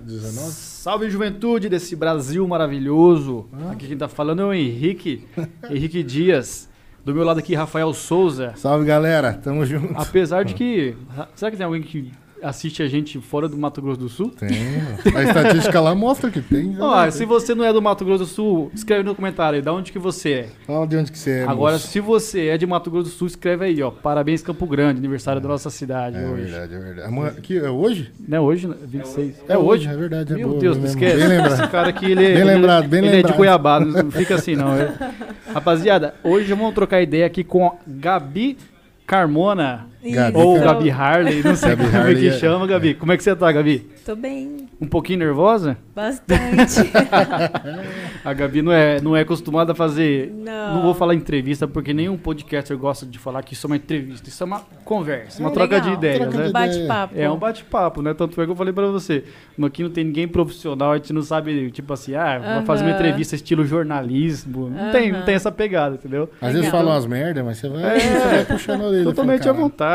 19? Salve juventude desse Brasil maravilhoso. Aqui quem tá falando é o Henrique, Henrique Dias. Do meu lado aqui, Rafael Souza. Salve, galera. Tamo junto. Apesar de que. Será que tem alguém que assiste a gente fora do Mato Grosso do Sul? Tem. ó. A estatística lá mostra que tem. Ó, Ah, se você não é do Mato Grosso do Sul, escreve no comentário aí, da onde que você é. Fala de onde que você é, Agora, moço. se você é de Mato Grosso do Sul, escreve aí, ó. Parabéns, Campo Grande, aniversário da nossa cidade É hoje. verdade, é verdade. Amanhã, aqui, é hoje? Não é hoje, né? 26. É hoje? É verdade, é Meu boa, Deus, não bem esquece. lembrado. Bem Esse cara aqui, ele, Bem ele- lembrado, bem ele é lembrado. de Cuiabá, não fica assim não. é. Rapaziada, hoje vamos trocar ideia aqui com a Gabi Carmona, Gabi ou Então, Car- Gabi Harley, não sei Gabi como é Harley que é- chama, Gabi. Como é que você tá, Gabi? Tô bem, Um pouquinho nervosa? bastante. A Gabi não é, não é acostumada a fazer. Não. Não vou falar entrevista, porque nenhum podcaster gosta de falar que isso é uma entrevista. Isso é uma conversa, uma É troca legal, de ideias, troca né? de Bate-papo. É um bate-papo, né? Tanto é que eu falei pra você. Aqui não tem ninguém profissional, a gente não sabe, tipo assim, ah, vai fazer uma Aham. entrevista estilo jornalismo. Não, tem, não Aham. tem essa pegada, entendeu? Às vezes Legal. falam umas merdas, mas você vai, É. você vai puxando a orelha. Totalmente à fala, vontade.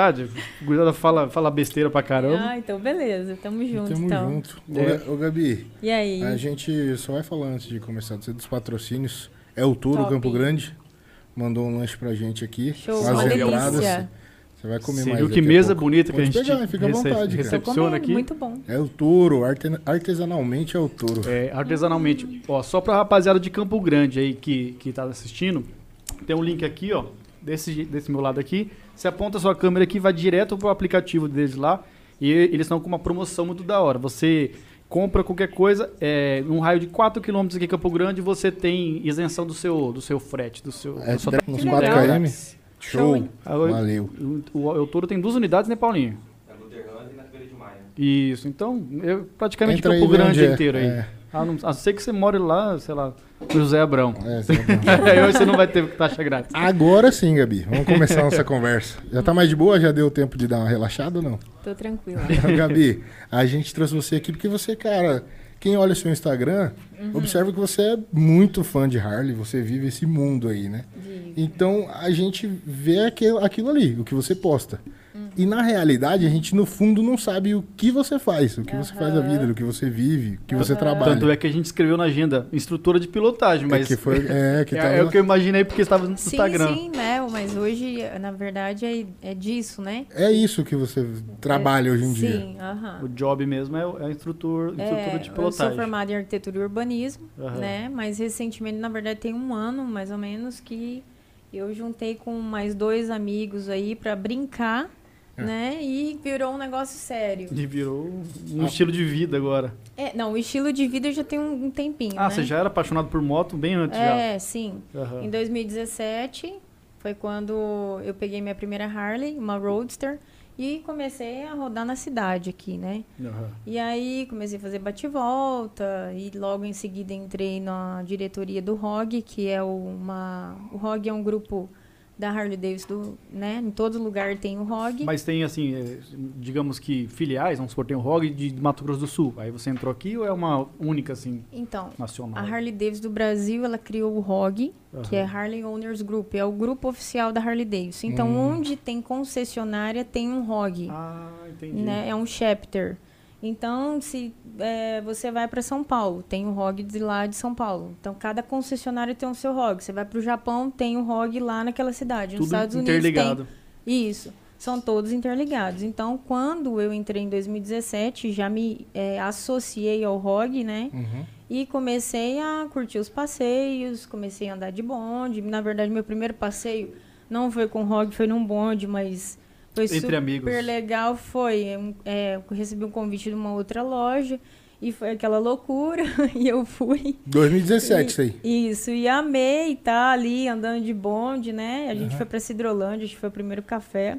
O Gurizada fala, fala besteira pra caramba. Ah, então beleza, tamo junto "Caralho, Tamo então. junto. Ô, É. Ga- Ô, Gabi, E aí? a gente só vai falar antes de começar a dizer dos patrocínios. É o Touro Top. Campo Grande. Mandou um lanche pra gente aqui. Show, As uma entradas. delícia. Você vai comer Você mais. viu que daqui a mesa pouco. bonita que a Pode gente pegar, fica à rece- vontade, cara. Tô recepciona comendo, aqui. muito bom. É o touro, arte- artesanalmente é o touro. É, artesanalmente. Ó, só pra rapaziada de Campo Grande aí que, que tá assistindo, tem um link aqui, ó, desse, je- desse meu lado aqui. Você aponta a sua câmera aqui, vai direto pro aplicativo deles lá. E eles estão com uma promoção muito da hora. Você compra qualquer coisa, é, num raio de 4 km aqui em Campo Grande, você tem isenção do seu, do seu frete, do seu... É, da sua uns Que 4 legal. km. Show. hein? Alô? Valeu. Ah, O, o, o Toro tem duas unidades, né, Paulinho? Isso, então, eu praticamente Entra aí, Campo vê Grande onde é. inteiro aí. É. A Ah, não a não ser que você more lá, sei lá, no José Abrão. É, tá bom. Aí hoje você não vai ter taxa grátis. Ah, Agora sim, Gabi. Vamos começar a nossa conversa. Já tá mais de boa? Já deu tempo de dar uma relaxada ou não? Tô tranquila. Gabi, a gente trouxe você aqui porque você, cara, quem olha o seu Instagram, observa que você é muito fã de Harley, você vive esse mundo aí, né? Então a gente vê aquilo, aquilo ali, o que você posta. E na realidade, a gente no fundo não sabe o que você faz, o que você faz da vida, do que você vive, o que você trabalha. Tanto é que a gente escreveu na agenda instrutora de pilotagem, É mas que foi, é, que é- tava- é o que eu imaginei porque estava no Sim, Instagram. sim, né? Mas hoje, na verdade, é, é disso, né? É, é isso que você trabalha hoje em dia. Sim, aham. O job mesmo é, o- é instrutor, instrutora É, de eu sou pilotagem. formada em arquitetura e urbanismo, Aham. né? Mas recentemente, na verdade, tem um ano, mais ou menos, que eu juntei com mais dois amigos aí pra brincar, É. né? E virou um negócio sério. E virou um estilo de vida agora. É, não, o estilo de vida já tem um, um tempinho, Ah, né? você já Ah. era apaixonado por moto bem antes É, sim. já. Aham. Em 2017 foi quando eu peguei minha primeira Harley, uma Roadster, e comecei a rodar na cidade aqui, né? Aham. E aí comecei a fazer bate-volta e logo em seguida entrei na diretoria do ROG, que é uma... O ROG é um grupo da Harley Davidson, né? Em todo lugar tem o ROG. Mas tem, assim, eh, digamos que filiais, vamos supor, tem o ROG de Mato Grosso do Sul. Aí você entrou aqui ou é uma única, assim, Então, nacional? a Harley Davidson do Brasil, ela criou o ROG, que é Harley Owners Group, é o grupo oficial da Harley Davidson. Então, onde tem concessionária, tem um ROG, Ah, entendi. né? É um chapter. Então, se é, você vai para São Paulo, tem o ROG de lá de São Paulo. Então, cada concessionária tem o seu ROG. Você vai para o Japão, tem o ROG lá naquela cidade. Nos Tudo Estados interligado. Unidos tem. Isso. São todos interligados. Então, quando eu entrei em 2017, já me é, associei ao ROG, né? Uhum. E comecei a curtir os passeios, comecei a andar de bonde. Na verdade, meu primeiro passeio não foi com rock, foi num bonde, mas foi Entre super amigos. legal. Foi. É, um- é, eu recebi um convite de uma outra loja e foi aquela loucura. e eu fui. 2017, isso aí. Isso, e amei estar ali andando de bonde, né? A gente foi pra Cidrolândia, acho que foi o primeiro café.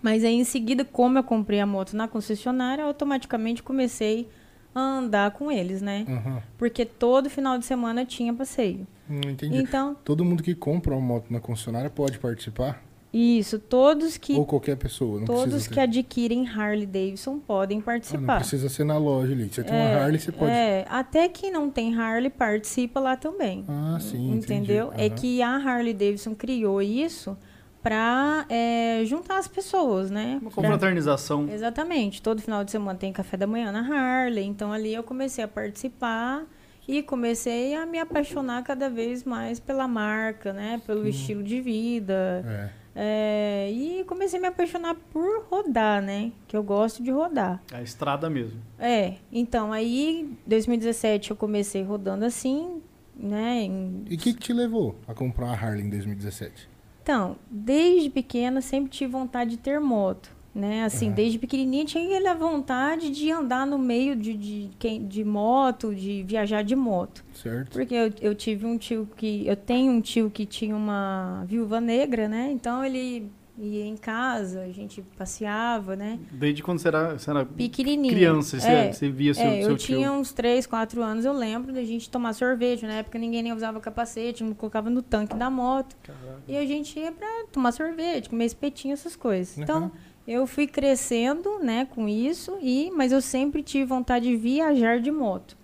Mas aí em seguida, como eu comprei a moto na concessionária, eu automaticamente comecei a andar com eles, né? Aham. Porque todo final de semana tinha passeio. Uhum. Não entendi. Então, Todo mundo que compra uma moto na concessionária pode participar? isso, todos que Ou qualquer pessoa? Não todos precisa que ter... adquirem Harley Davidson podem Ah, não participar. precisa ser na loja ali. Você tem uma É, Harley, você pode. É, até quem não tem Harley participa lá também. Ah, sim. entendi. entendeu? É Aham. que a Harley Davidson criou isso para é, juntar as pessoas, né? Uma Pra- confraternização. Exatamente. Todo final de semana tem café da manhã na Harley. Então ali eu comecei a participar e comecei a me apaixonar cada vez mais pela marca, né? Pelo estilo de vida. É. É, e comecei a me apaixonar por rodar, né? Que eu gosto de rodar. A estrada mesmo. É, então aí 2017 eu comecei rodando assim, né? em- E o que, que te levou a comprar uma Harley em 2017? Então, desde pequena sempre tive vontade de ter moto, né? Assim, desde pequenininha tinha aquela vontade de andar no meio de, de, quem- de moto, de viajar de moto. Certo? Porque eu, eu tive um tio que... Eu tenho um tio que tinha uma viúva negra, né? Então ele ia em casa, a gente passeava, né? Desde quando você era, você era Pequenininha. criança, você, É. você via seu, é, seu eu tio. tinha uns 3, 4 anos, eu lembro da gente tomar sorvete. Na época ninguém nem usava capacete, não colocava no tanque da moto. Caraca. E a gente ia pra tomar sorvete, comer espetinho, essas coisas. Então, Uhum. eu fui crescendo, né, com isso, e mas eu sempre tive vontade de viajar de moto.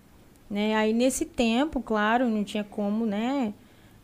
Né? Aí nesse tempo, claro, não tinha como, né?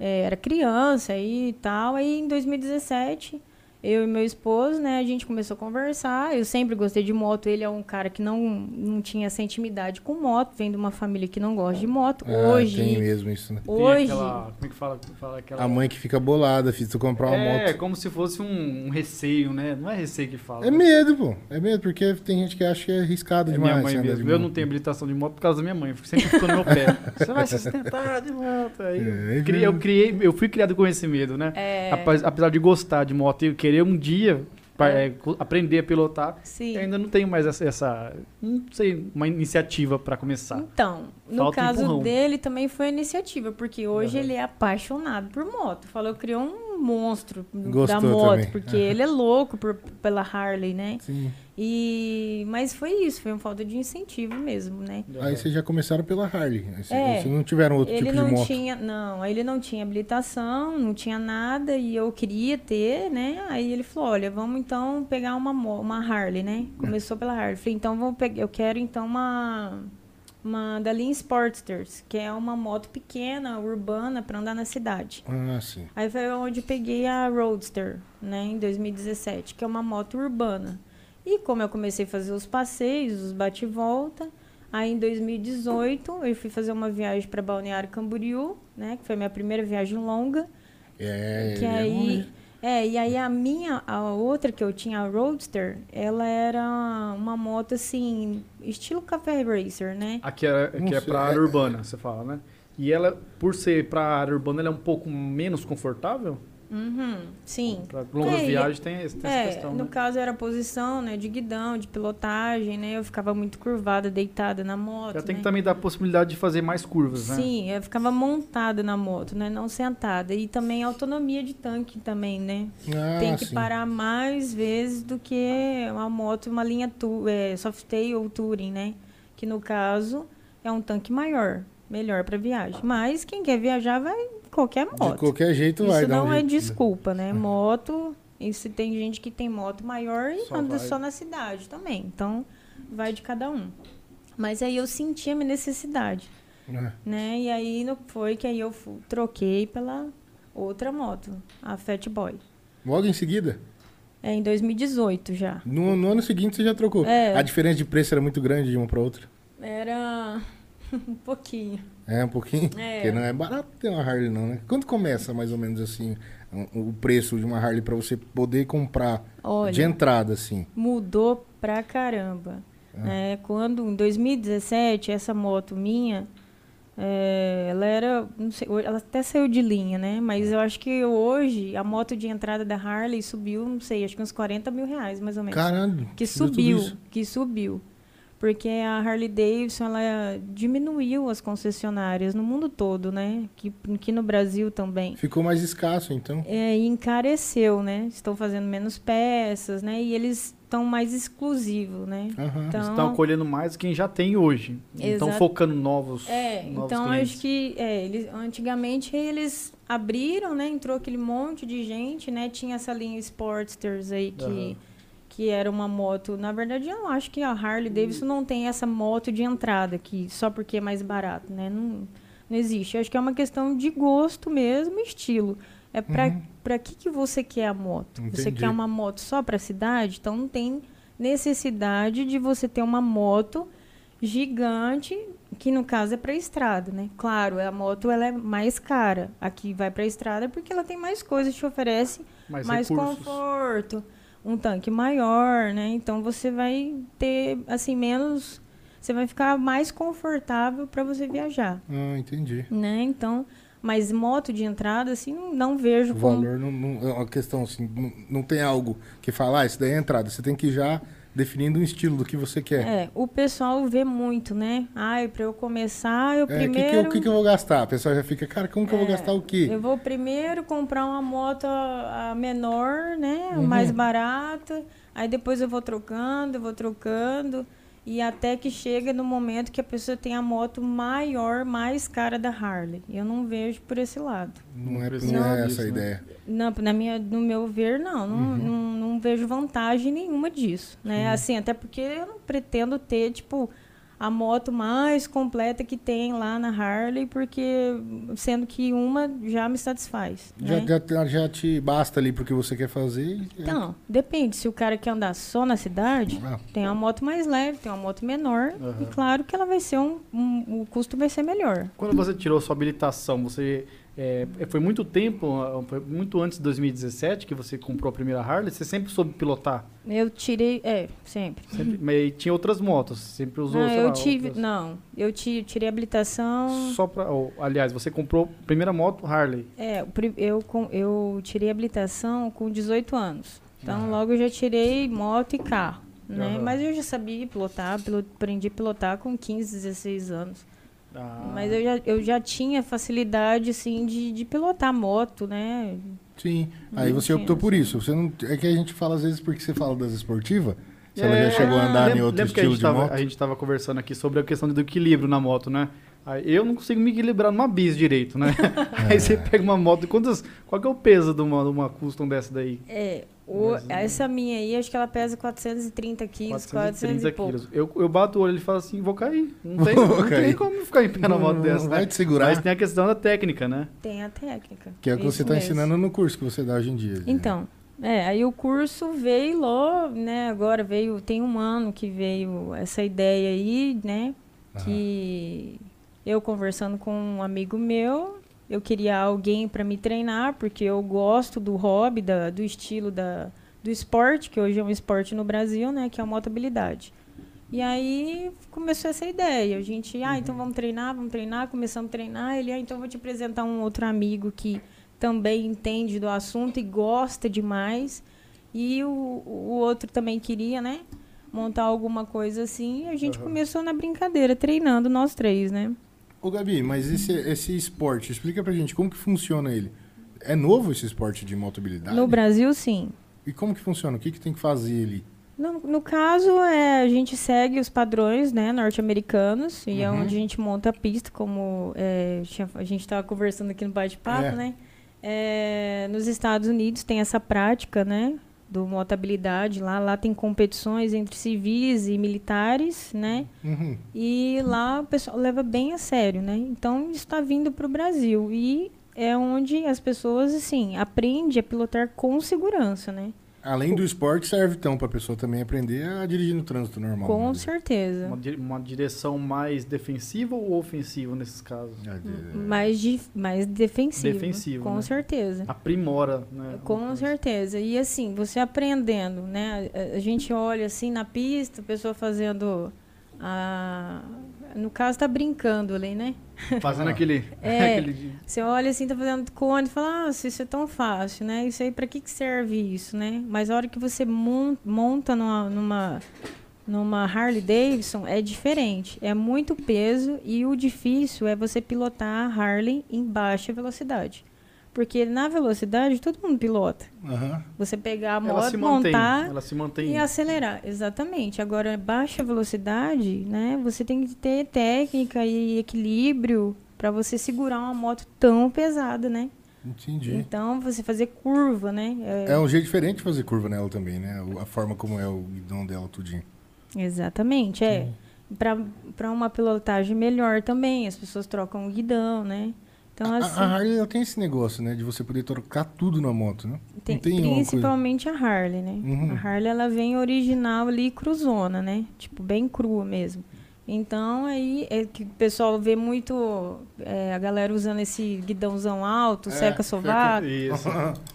é, era criança aí e tal. Aí em 2017, eu e meu esposo, né, a gente começou a conversar. Eu sempre gostei de moto. Ele é um cara que não, não tinha essa intimidade com moto, vem de uma família que não gosta de moto. Ah, hoje. Tem mesmo isso, né? Tem Hoje. Aquela, como é que fala? fala aquela, A mãe que fica bolada, fiz tu comprar uma é, moto. como se fosse um, um receio, né? Não é receio que fala. É medo, pô. É medo, porque tem gente que acha que é É arriscado demais. né, minha mãe você andar de mesmo. Eu moto. não tenho habilitação de moto por causa da minha mãe. Sempre ficou no meu pé. Você vai se sustentar de moto. Aí É, eu, criei, eu, criei- eu fui criado com esse medo, né? É, Apes- Apesar de gostar de moto e querer um dia pa- é, co- aprender a pilotar, sim. eu ainda não tenho mais essa, essa- não sei, uma iniciativa pra começar. Então, no Falta caso empurrão. dele também foi a iniciativa, porque hoje Aham. ele é apaixonado por moto. Falou, criou um monstro da Gostou moto, também. porque ele é louco por- pela Harley, né? Sim. E mas foi isso, foi uma falta de incentivo mesmo, né? Uhum. Aí vocês já começaram pela Harley. Aí vocês, É. vocês não tiveram outro ele tipo não de moto. tinha, não, ele não tinha habilitação, não tinha nada e eu queria ter, né? Aí ele falou, olha, vamos então pegar uma mo- uma Harley, né? É. Começou pela Harley. Falei, então vou pegar, eu quero então uma uma da Lean Sportsters, que é uma moto pequena, urbana para andar na cidade. Ah, sim. Aí foi onde eu peguei a Roadster, né, em 2017, que é uma moto urbana. E como eu comecei a fazer os passeios, os bate-volta, aí em 2018 eu fui fazer uma viagem para Balneário Camboriú, né, que foi minha primeira viagem longa, É, que ele é aí longe. é, e aí a minha, a outra que eu tinha, a Roadster, ela era uma moto assim, estilo Café Racer, né? Aqui é, Não aqui é sei, pra área é- urbana, você fala, né? E ela, por ser pra área urbana, ela é um pouco menos confortável? Uhum, sim. Pra longas É, e- viagens tem, esse- tem É, essa questão, no né? caso era a posição, né, de guidão, de pilotagem, né? Eu ficava muito curvada, deitada na moto, Ela tem né? que também dar a possibilidade de fazer mais curvas, né? Sim, eu ficava montada na moto, né, não sentada. E também autonomia de tanque também, né? Ah, tem que sim. parar mais vezes do que uma moto, uma linha tu, é, softail ou touring, né? Que no caso é um tanque maior, melhor para viagem. Mas quem quer viajar vai em qualquer moto. De qualquer jeito Isso vai dar um não é jeito. desculpa, né? Moto, e se tem gente que tem moto maior e Só anda vai. só na cidade também. Então, vai de cada um. Mas aí eu senti a minha necessidade, Ah, né? E aí não foi que aí eu fu- troquei pela outra moto, a Fat Boy. Logo em seguida, É em 2018 já. no, no ano seguinte você já trocou. É. A diferença de preço era muito grande de uma pra outra. Era um pouquinho. É, um pouquinho. É. Porque não é barato ter uma Harley, não, né? Quanto começa mais ou menos assim um- o preço de uma Harley pra você poder comprar Olha. de entrada, assim? mudou pra caramba. né? Quando, em 2017, essa moto minha, é, ela era, não sei, ho- ela até saiu de linha, né? Mas eu acho que hoje a moto de entrada da Harley subiu, não sei, acho que uns 40 mil reais, mais ou menos. Caralho. que tudo subiu, isso. que subiu. Porque a Harley Davidson, ela diminuiu as concessionárias no mundo todo, né? Que, que no Brasil também. Ficou mais escasso, então. É, e encareceu, né? Estão fazendo menos peças, né? E eles estão mais exclusivos, né? Ah, Aham. Então, Eles estão acolhendo mais quem já tem hoje. Estão Exato. focando novos. é, novos então clientes. acho que é, eles, antigamente eles abriram, né? Entrou aquele monte de gente, né? Tinha essa linha Sportsters aí que, Aham. que era uma moto. Na verdade, eu acho que a Harley Davidson não tem essa moto de entrada aqui, só porque é mais barato, né? Não, não existe. Eu acho que é uma questão de gosto mesmo, estilo. É para Uhum. para que, que você quer a moto? Você Entendi. quer uma moto só para a cidade? Então não tem necessidade de você ter uma moto gigante, que no caso é para estrada, né? Claro, a moto ela é mais cara. Aqui vai para estrada é porque ela tem mais coisas, te oferece Mais, mais, recursos. conforto, um tanque maior, né? Então você vai ter assim menos, você vai ficar mais confortável para você viajar, Ah, entendi. né? Então, mas moto de entrada assim não, não vejo O como valor não, não- é uma questão assim, não, não tem algo que falar, ah, isso daí é entrada. Você tem que ir já definindo um estilo do que você quer. É, o pessoal vê muito, né? Ai, para eu começar, eu É, que que eu- primeiro o que, que eu vou gastar? A pessoa já fica, cara, como que eu vou É, gastar o quê? Eu vou primeiro comprar uma moto a a menor, né? Uhum. Mais barata. Aí depois eu vou trocando, eu vou trocando. E até que chega no momento que a pessoa tem a moto maior, mais cara da Harley. Eu não vejo por esse lado. Não é, Não não é precisa essa a disso, né? ideia. Na, na minha, no meu ver, não. Não, Uhum. não, não vejo vantagem nenhuma disso. Né? Assim, até porque eu não pretendo ter, tipo, a moto mais completa que tem lá na Harley, porque sendo que uma já me satisfaz. Já, né? já, já te basta ali pro que você quer fazer. e- Então, depende. Se o cara quer andar só na cidade, Ah. tem uma moto mais leve, tem uma moto menor. Aham. E claro que ela vai ser um, um- O custo vai ser melhor. Quando você tirou sua habilitação, você é, foi muito tempo, ah, foi muito antes de 2017 que você comprou a primeira Harley. Você sempre soube pilotar, Eu tirei. É, sempre. sempre, mas tinha outras motos, sempre usou. não, sei Ah, eu lá, tive. outras- Não, eu ti- tirei habilitação. Só para, aliás, você comprou a primeira moto Harley. É, o pri- eu, com- eu tirei habilitação com 18 anos. Então, logo eu já tirei moto e carro. Né? Aham. Mas eu já sabia pilotar, pilo- aprendi a pilotar com 15, 16 anos. Ah, Mas eu já, eu já tinha facilidade, assim, de, de pilotar moto, né? Sim. Aí você Mentira, optou por isso. Você não, é que a gente fala às vezes porque você fala das esportivas. Se ela Ah. É, já chegou a andar lembra- em outro lembra que a estilo gente de tava- moto. A gente estava conversando aqui sobre a questão do equilíbrio na moto, né? Aí Eu não consigo me equilibrar numa bis direito, né? Aí você pega uma moto, quantas, qual que é o peso de uma, de uma custom dessa daí? É, o- Mas, né? essa minha aí, acho que ela pesa 430 quilos, 400 e pouco. quilos. Eu, eu bato o olho e falo assim, vou cair. Não tem, Vou não tem cair. como ficar em pé numa Não- moto não dessa, vai né? te segurar. Mas tem a questão da técnica, né? Tem a técnica. Que é o que Isso você está mesmo. ensinando no curso que você dá hoje em dia. né? Então, é, aí o curso veio logo, né? Agora veio, tem um ano que veio essa ideia aí, né? Que eu conversando com um amigo meu, eu queria alguém para me treinar, porque eu gosto do hobby, da, do estilo da, do esporte, que hoje é um esporte no Brasil, né? Que é a motabilidade. E aí começou essa ideia. A gente, ah, então vamos treinar, vamos treinar, começamos a treinar. Ele, ah, então vou te apresentar um outro amigo que também entende do assunto e gosta demais. E o, o outro também queria, né? Montar alguma coisa assim. E a gente Aham. começou na brincadeira, treinando nós três, né? Ô Gabi, mas esse, esse esporte, explica pra gente como que funciona ele. É novo esse esporte de motobilidade? No Brasil, sim. E como que funciona? O que, que tem que fazer ali? No, no caso, é, a gente segue os padrões né, norte-americanos, e é Uhum. onde a gente monta a pista, como é, tinha- a gente estava conversando aqui no bate-papo, É. né? É, nos Estados Unidos tem essa prática, né? Do motabilidade lá. Lá tem competições entre civis e militares, né? Uhum. E lá o pessoal leva bem a sério, né? Então isso está vindo para o Brasil e é onde as pessoas assim aprendem a pilotar com segurança, né? Além do esporte, serve então pra pessoa também aprender a dirigir no trânsito normal. Com né? certeza. Uma, di- uma direção mais defensiva ou ofensiva nesses casos? mais, dif- mais defensivo. É. Defensivo, Com né? certeza. Aprimora, né? É, Com certeza. E assim, você aprendendo, né? A- A gente olha assim na pista, a pessoa fazendo. A... No caso, tá brincando ali, né? Fazendo aquele... É. aquele de- Você olha assim, tá fazendo cone e fala, ah, isso é tão fácil, né? Isso aí, pra que, que serve isso, né? Mas a hora que você mon- monta numa, numa, numa Harley Davidson, é diferente. É muito peso e o difícil é você pilotar a Harley em baixa velocidade. Porque na velocidade, todo mundo pilota. Aham. Você pegar a ela moto, se mantém. montar Ela se mantém. e acelerar, exatamente. Agora, baixa velocidade, né? Você tem que ter técnica e equilíbrio para você segurar uma moto tão pesada, né? Entendi. Então, você fazer curva, né? É- É um jeito diferente de fazer curva nela também, né? O- A forma como é o guidão dela, tudinho. Exatamente, é. Para uma pilotagem melhor também, as pessoas trocam o guidão, né? Então, a, assim, a Harley ela tem esse negócio, né? De você poder trocar tudo na moto, né? tem- não tem uma principalmente a Harley, né? Uhum. A Harley, ela vem original ali, cruzona, né? Tipo, bem crua mesmo. Então, aí, é que o pessoal vê muito é, a galera usando esse guidãozão alto, É, seca-sovaco. Isso.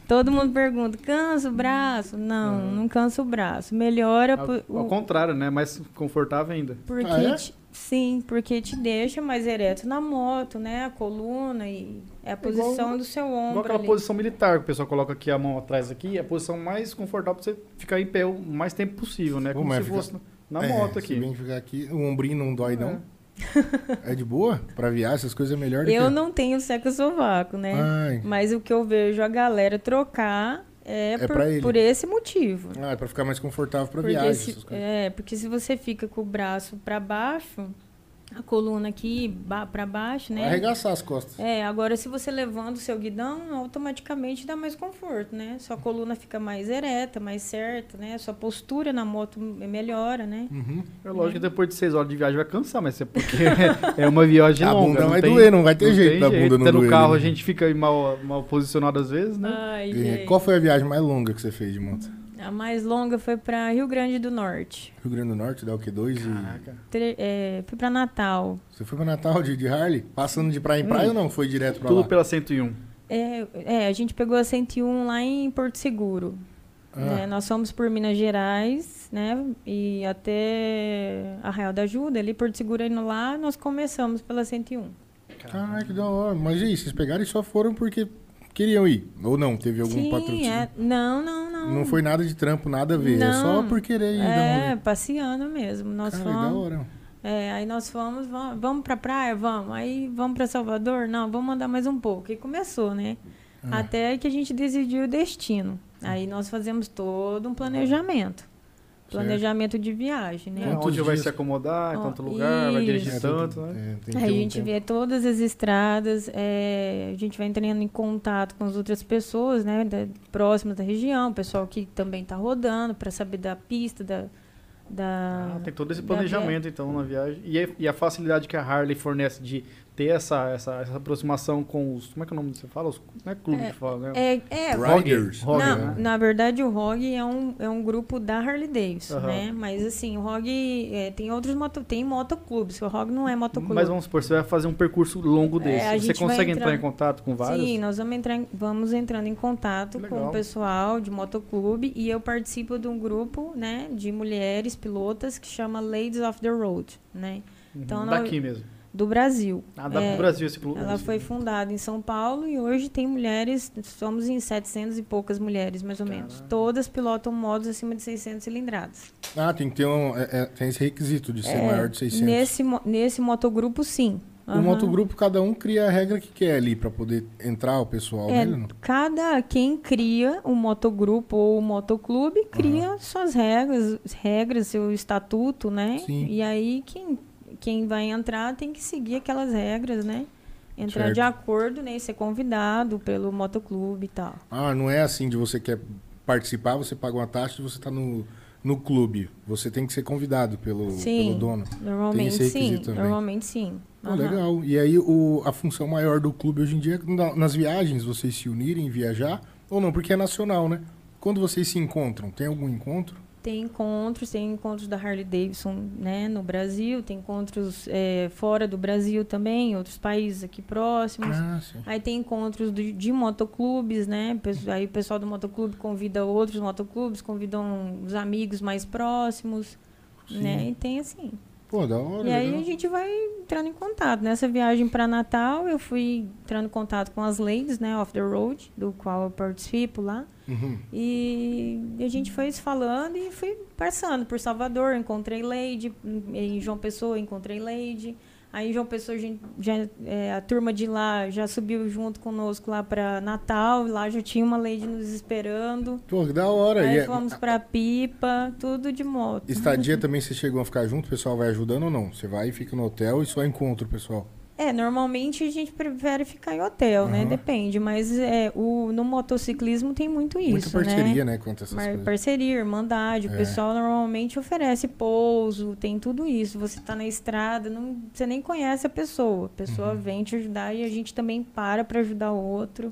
Todo mundo pergunta, cansa o braço? Não, Uhum. não cansa o braço. Melhora Ao, por- ao Tipo, o- contrário, né? Mais confortável ainda. porque... Ah, é? te- sim, porque te deixa mais ereto na moto, né? A coluna e é a posição do seu ombro Igual aquela ali. posição militar que o pessoal coloca aqui a mão atrás aqui, é a posição mais confortável pra você ficar em pé o mais tempo possível, né? Pô, Como mas se fica- fosse na É, moto Se aqui. bem que ficar aqui, o ombrinho não dói, não. É, de boa? Pra viagem, essas coisas é melhor do Eu que... não tenho seca-sovaco, né? Ai. Mas o que eu vejo a galera trocar é, É por, pra ele. por esse motivo. Ah, é pra ficar mais confortável pra Porque viagem. se, essas coisas. é, porque se você fica com o braço para baixo, a coluna aqui ba para baixo, Vai né? arregaçar as costas. É, agora se você levanta o seu guidão, automaticamente dá mais conforto, né? Sua coluna fica mais ereta, mais certa, né? Sua postura na moto melhora, né? Uhum. É lógico que depois de seis horas de viagem vai cansar, mas é porque é uma viagem A longa. bunda não vai tem- doer, né? não vai ter não jeito tem da bunda não Até no doer, carro né? a gente fica mal, mal posicionado às vezes, né? Ai, E gente. Qual foi a viagem mais longa que você fez de moto? A mais longa foi para Rio Grande do Norte. Rio Grande do Norte, dá o quê? Dois e... Caraca. Tre- é, fui para Natal. Você foi pra Natal de, de Harley? Passando de praia em Hum. praia ou não? Foi direto pra Tudo lá? pela 101. É, é, a gente pegou a 101 lá em Porto Seguro. Ah. né? Nós fomos por Minas Gerais, né? E até Arraial da Ajuda, ali Porto Seguro indo lá, nós começamos pela 101. Caraca, que da hora. Mas e aí, vocês pegaram e só foram porque queriam ir? Ou não? Teve algum Sim, patrocínio? é- não, não, não. Não foi nada de trampo, nada a ver. É só Não. por querer ir dar um É, rolê. passeando mesmo. Nós Cara, que da fomos. hora. é, aí nós fomos, vamos, vamos pra praia? Vamos. Aí vamos pra Salvador? Não, vamos andar mais um pouco. E começou, né? Ah. Até que a gente decidiu o destino. Aí nós fazemos todo um planejamento. Planejamento de viagem, né? É, Quantos onde vai dias? se acomodar, em Ó, quanto lugar, vai dirigir É, tem- tanto, né? é, tem que ter Aí um a gente tempo. vê todas as estradas, é, a gente vai entrando em contato com as outras pessoas, né, da- próximas da região, o pessoal que também está rodando para saber da pista, da, da Ah, tem todo esse da planejamento, então, na viagem. E, a- e a facilidade que a Harley fornece de ter essa, essa, essa aproximação com os. Como é que é o nome que você fala? Os, não é clube que fala, né? É, é, Right. Rogue, Riders. Rogue, na, né? na verdade, o ROG é um, é um grupo da Harley Davidson, Aham. né? Mas assim, o ROG é, tem outros moto, tem motoclubes, o ROG não é motoclube. né? Mas vamos supor, você vai fazer um percurso longo desse. É, a você gente vai consegue entrar- entrar... em contato com vários? Sim, nós vamos, entrar em- vamos entrando em contato Que com legal. o pessoal de motoclube e eu participo de um grupo, né, de mulheres pilotas que chama Ladies of the Road, né, Uhum, então nós- Daqui mesmo. do Brasil. Ah, dá É, pro Brasil esse clube. Ela foi fundada em São Paulo e hoje tem mulheres, somos em 700 e poucas mulheres, mais ou menos. Todas pilotam modos acima de 600 cilindradas. Ah, tem que ter um. é, é, tem esse requisito de ser É, maior de 600. Nesse, mo- nesse motogrupo, sim. O Aham. motogrupo, cada um cria a regra que quer ali pra poder entrar o pessoal, É, né? Leandro? cada quem cria um motogrupo ou um motoclube cria suas regras, regras, seu estatuto, né? Sim. E aí quem, quem vai entrar tem que seguir aquelas regras, né? Entrar Certo. de acordo, né? E ser convidado pelo motoclube e tal. Ah, não é assim de você quer participar, você paga uma taxa e você tá no, no clube. Você tem que ser convidado pelo, Sim. pelo dono. Normalmente sim. requisito também. Normalmente sim. Pô, Aham. legal. E aí o, a função maior do clube hoje em dia é na- nas viagens, vocês se unirem, viajar, ou não, porque é nacional, né? Quando vocês se encontram, tem algum encontro? Tem encontros, tem encontros da Harley Davidson né, no Brasil, tem encontros eh, fora do Brasil também, em outros países aqui próximos. Ah, sim. Aí tem encontros do- de motoclubes, né? Pesso- Aí o pessoal do motoclube convida outros motoclubes, convidam os amigos mais próximos, Sim. né? E tem assim. Pô, da hora. e aí legal. a gente vai entrando em contato. Nessa viagem para Natal, eu fui entrando em contato com as ladies, né? Off the road, do qual eu participo lá. Uhum. E a gente foi se falando e fui passando por Salvador, encontrei Lady, em João Pessoa encontrei Lady. Aí em João Pessoa a, gente, já, é, a turma de lá já subiu junto conosco lá para Natal, lá já tinha uma Lady nos esperando. Pô, que da hora. Aí e é- fomos para Pipa, tudo de moto. Estadia também, vocês chegam a ficar junto, o pessoal vai ajudando ou não? Você vai e fica no hotel e só encontra o pessoal. É, normalmente a gente prefere ficar em hotel, né? Aham. Depende, mas é, o, no motociclismo tem muito isso, Muita parceria, né? Quanto essas Mar- coisas. Parceria, irmandade, o É. pessoal normalmente oferece pouso, tem tudo isso. Você tá na estrada, não, você nem conhece a pessoa. A pessoa Uhum. vem te ajudar e a gente também para para ajudar o outro.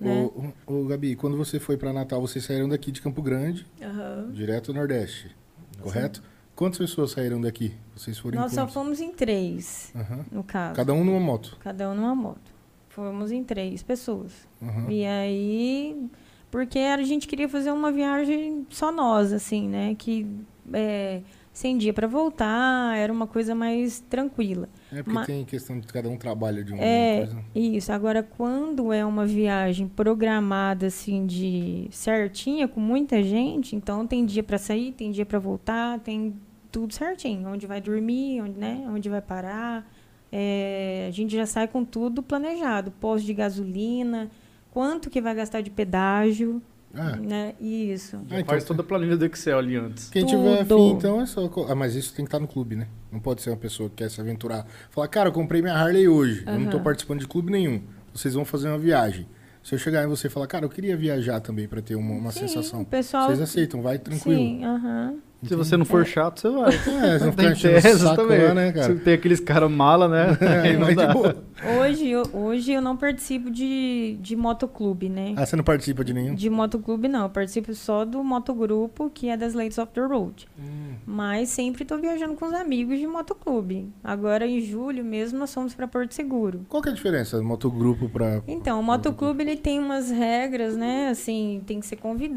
Né? Ô, ô, ô, Gabi, quando você foi para Natal, vocês saíram daqui de Campo Grande, Aham. direto ao Nordeste, correto? Quantas pessoas saíram daqui? Vocês foram Uhum. Nós em só quantos? fomos em três, Aham. no caso. Cada Cada... um numa moto. um numa moto. Fomos em três pessoas. Aham. E aí, porque a gente queria fazer uma viagem só nós, assim, né? Que é, sem dia para voltar, era uma coisa mais tranquila. É porque ma- tem questão de cada um trabalha de uma É, coisa. isso. Agora, quando é uma viagem programada, assim, de certinha, com muita gente, então tem dia para sair, tem dia para voltar, tem tudo certinho. Onde vai dormir, onde, né, onde vai parar. É, a gente já sai com tudo planejado. Posto de gasolina, quanto que vai gastar de pedágio, Ah, né? Isso. Já Ah, então faz você- toda a planilha do Excel ali antes. Quem tiver Tudo. afim, então é só. co- Ah, mas isso tem que estar no clube, né? Não pode ser uma pessoa que quer se aventurar. Falar, cara, eu comprei minha Harley hoje. Eu não tô Aham. participando de clube nenhum. Vocês vão fazer uma viagem. Se eu chegar em você e falar, cara, eu queria viajar também pra ter uma, uma Sim, sensação. o pessoal- Vocês aceitam, vai tranquilo. Sim, aham. Se você não for chato, você vai. É, se não ficar Tem enchendo o tese saco também. lá, né, cara? Se Tem aqueles caras mala, né? Aí vai de Não dá. boa. Hoje, eu- hoje eu não participo de, de motoclube, né? Ah, você não participa de nenhum? De motoclube, não. Eu participo só do motogrupo, que é das Ladies of the Road. Hum. Mas sempre tô viajando com os amigos de motoclube. Agora, em julho mesmo, nós fomos para Porto Seguro. Qual que é a diferença do motogrupo pra. Então, o motoclube, ele tem umas regras, né? Assim, tem que ser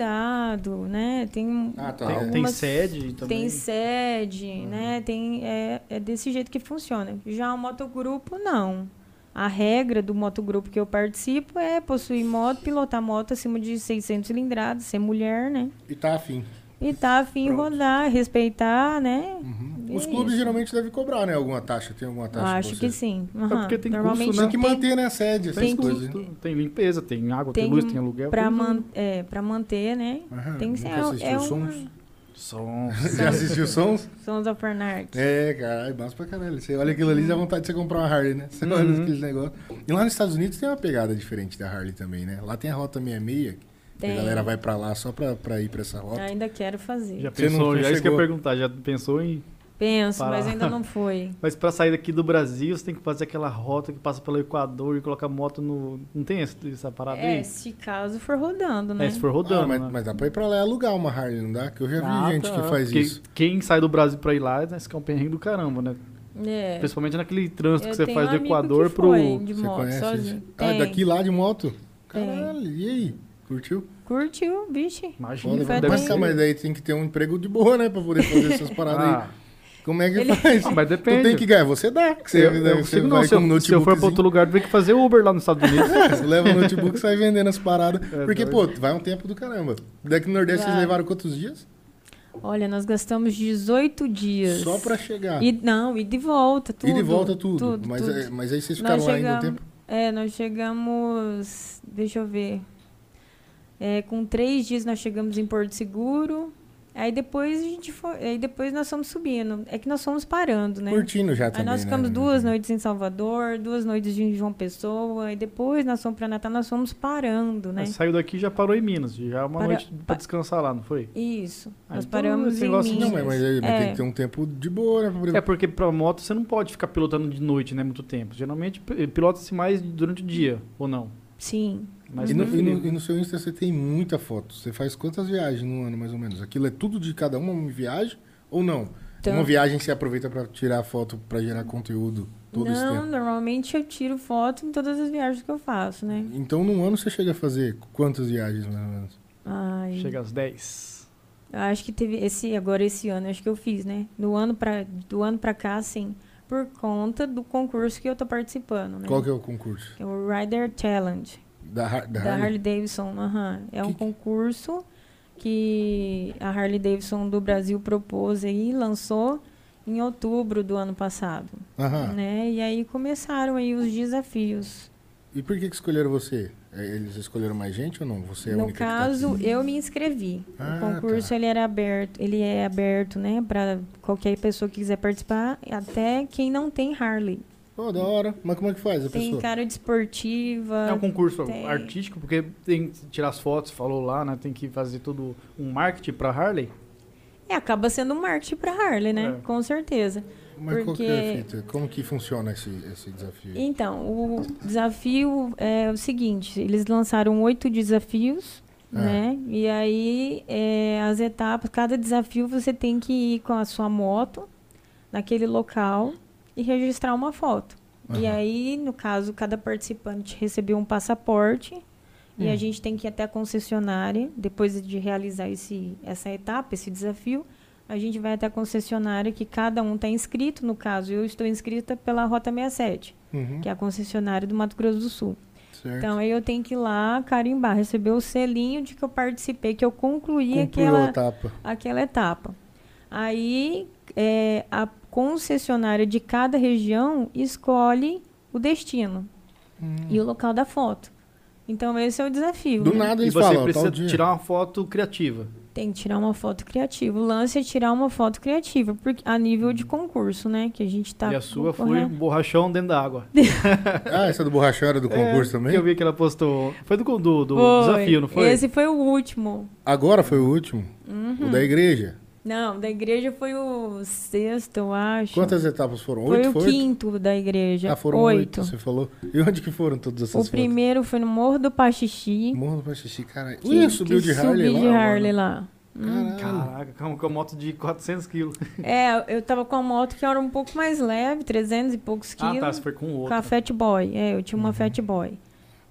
convidado, né? Tem... Ah, tá. Tem, tem Algumas- sede também. Tem sede, né? Tem, é, é desse jeito que funciona. Já o motogrupo, não. A regra do motogrupo que eu participo é possuir moto, pilotar moto acima de 600 cilindradas, ser mulher, né? E tá afim. E tá afim de Pronto. Uhum. rodar, respeitar, né? Os É clubes isso. geralmente devem cobrar, né? Alguma taxa. Tem alguma taxa? pra Acho que vocês? sim. É porque tem Normalmente custo, Tem né? que manter, né? A sede, essas tem que- coisas. né? Tudo. Tem limpeza, tem água, tem, Tem luz, tem aluguel. Pra, tem man é, pra manter, né? Aham, Tem que ser nunca al- assistiu é uma- Sons? Som. Já assistiu Sons? Sons of Anarchy. É, cara, é massa pra caralho. Você olha aquilo ali, dá vontade de você comprar uma Harley, né? Uhum. Você olha aqueles negócios. E lá nos Estados Unidos tem uma pegada diferente da Harley também, né? Lá tem a Rota 66, que a Tem. galera vai pra lá só pra, pra ir pra essa rota. Ainda quero fazer. Já Você pensou, não já isso que eu chegou. ia perguntar, já pensou em. Penso, mas Parar. ainda não foi. Mas pra sair daqui do Brasil, você tem que fazer aquela rota que passa pelo Equador e colocar moto no. Não tem essa, essa parada É, aí? se caso for rodando, né? É, se for rodando. Ah, mas, né? mas dá pra ir pra lá e alugar uma Harley, não dá? Que eu já vi Ah, gente tá. é. que faz Porque isso. Quem sai do Brasil pra ir lá, né, esse é um perrengue do caramba, né? É. Principalmente naquele trânsito Eu que você tenho faz um do amigo Equador que pro. foi de Você moto, conhece sozinho. isso? Ah, Tem. daqui lá de moto? Tem. Caralho, e aí? Curtiu? Curtiu, bicho. Imagina, Foda, Vai deve mas, ter- ser- cara, mas daí tem que ter um emprego de boa, né? Pra poder fazer essas paradas Ah, aí. Como é que Ele- faz? ah, mas Tu depende. tem que ganhar, você dá. que Você, Eu, eu você consigo não. vai Se com um eu, se eu for pra notebookzinho. outro lugar, eu tenho que fazer Uber lá nos Estados Unidos. Você leva o notebook e sai vendendo as paradas. É Porque, pô, doido. vai um tempo do caramba. Daqui no Nordeste vocês Vai. levaram quantos dias? Olha, nós gastamos 18 dias. Só pra chegar. E, E, não, e de volta, tudo. de volta tudo. tudo, mas, tudo. é- mas aí vocês Nós ficaram lá ainda um chegamos- tempo. É, nós chegamos. Deixa eu ver. É, com três dias nós chegamos em Porto Seguro. Aí depois a gente foi. Aí depois nós fomos subindo. É que nós fomos parando, né? Curtindo já Aí também. nós né? ficamos duas noites em Salvador, duas noites em João Pessoa, e depois nós fomos para Natal, nós fomos parando, né? Mas Saiu daqui e já parou em Minas. Já é uma Para- noite pra pa- descansar lá, não foi? Isso. Ah, nós então paramos esse em negócio Minas. de- Não, mas, mas aí mas É. tem que ter um tempo de boa, né? Pra poder... É porque pra moto você não pode ficar pilotando de noite, né? Muito tempo. Geralmente p- pilota-se mais durante o dia, ou não. um- Sim. Mas e, no, e, no, preferido. e no seu Insta você tem muita foto. Você faz quantas viagens no ano, mais ou menos? Aquilo é tudo de cada uma, uma viagem ou não? Então- Uma viagem você aproveita pra tirar foto, pra gerar conteúdo todo esse não, tempo. normalmente eu tiro foto em todas as viagens que eu faço, né? Então, num ano você chega a fazer quantas viagens, mais ou menos? Ai, Chega às 10. acho que teve esse agora esse ano acho que eu fiz, né? Do ano para do ano para cá, sim, por conta do concurso que eu tô participando, né? Qual que é o concurso? é o Rider Challenge. Da, Har- da Da Harley? Harley Davidson, aham. É um Que- concurso que a Harley Davidson do Brasil propôs e lançou em outubro do ano passado, Aham. né? E aí começaram aí os desafios. E por que, que escolheram você? É, Eles escolheram mais gente ou não? Você é a no única que tá aqui? caso, eu me inscrevi. Ah, o concurso ele era aberto, ele é aberto, né, para qualquer pessoa que quiser participar, até quem não tem Harley. Pô, da hora. Mas como é que faz a Tem pessoa? cara de esportiva. É um concurso tem. artístico, porque tem que tirar as fotos, falou lá, né? Tem que fazer todo um marketing pra Harley. É, acaba sendo um marketing pra Harley, né? É. Com certeza. Mas qual que é a porque- fita? Como que funciona esse, esse desafio? Então, o desafio é o seguinte: eles lançaram oito desafios, Ah. né? E aí, é, as etapas, cada desafio você tem que ir com a sua moto naquele local e registrar uma foto. E Aham. aí, no caso, cada participante recebeu um passaporte. E Hum. a gente tem que ir até a concessionária, depois de realizar esse, essa etapa, esse desafio, a gente vai até a concessionária que cada um está inscrito. No caso, eu estou inscrita pela Rota 67 Uhum, que é a concessionária do Mato Grosso do Sul. certo. Então aí eu tenho que ir lá carimbar, receber o selinho de que eu participei, que eu concluí Cumpriu aquela, a etapa. aquela etapa. Aí é, a concessionária de cada região escolhe o destino e o local da foto. Então esse é o desafio. Hum. Do né? nada E eles você falam, ó, precisa tal dia. tirar uma foto criativa. Tem que tirar uma foto criativa. O lance é tirar uma foto criativa, porque a nível de concurso, né? Que a gente tá. e a sua foi concorrendo. um borrachão dentro da água. Ah, essa do borrachão era do concurso É, também? Que eu vi que ela postou. Foi do, do, do Foi. desafio, não foi? Esse foi o último. Agora foi o último? Uhum. O da igreja? Não, da igreja foi o sexto, eu acho. Quantas etapas foram? foi oito? o Foi oito? quinto da igreja. Ah, foram oito. você falou. E onde que foram todas essas O fotos? primeiro foi no Morro do Pachixi. Morro do Xixi, caralho. que- Ih, subiu que de Harley subi lá. de mano. Harley Uhum. lá. Caralho. Caraca, calma, com a moto de 400 quilos. Ah, É, eu tava com a moto que era um pouco mais leve, 300 e poucos Ah, quilos. tá, você foi com com a outra. Fat Boy. É, eu tinha Uhum. uma Fat Boy.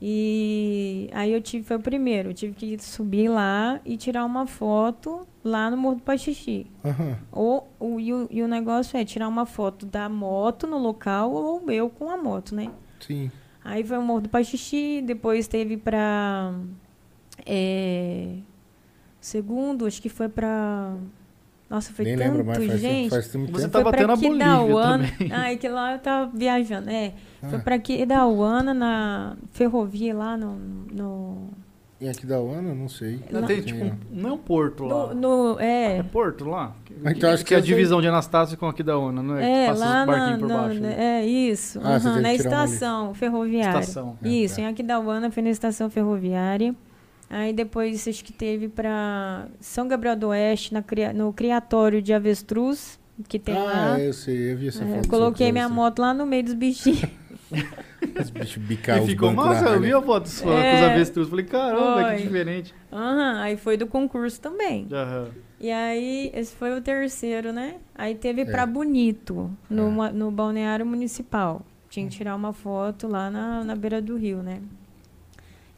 E aí eu tive, foi o primeiro. Eu tive que subir lá e tirar uma foto lá no Morro do Pachixi. Aham. Ou, o, e, o, e o negócio é tirar uma foto da moto no local ou eu com a moto, né? Sim. Aí foi o Morro do Pachixi, depois teve pra. é, segundo, acho que foi pra. Nossa, foi Nem tanto, lembro mais, faz, gente. tempo, faz tempo. Você tempo. tá foi batendo pra a Bolívia Quidauana. também. Ai, que lá eu tava viajando, é. Foi Ah. pra Quidauana, na ferrovia lá no. no, E aqui da ONU, não sei. Ah, Não, tem, tipo, um- não é um porto lá. no- no- É é. porto lá? Então, acho que, que é a eu sei. divisão de Anastácio com aqui da ONU, não é? que É, passa lá os barquinhos na, por na- baixo. né? é isso, Ah, você aham, teve na que tirar uma ali. estação ferroviária. Estação. ah, É, Isso, tá. em Aquidauana foi na estação ferroviária. Aí depois acho que teve para São Gabriel do Oeste, na cria- no criatório de avestruz, que tem Ah, lá. eu sei, eu vi essa É, foto. eu coloquei sua, minha você- moto lá no meio dos bichinhos. Os bichos bicar E os ficou, bancos da nossa, eu Harley. vi a foto sua É. com os avestruz. Falei, caramba, Foi. que diferente. Aham, aí foi do concurso também. Aham. E aí, esse foi o terceiro, né? Aí teve É. pra Bonito, É. Hum. no, ma- no balneário municipal. Tinha que tirar uma foto lá na, na beira do rio, né?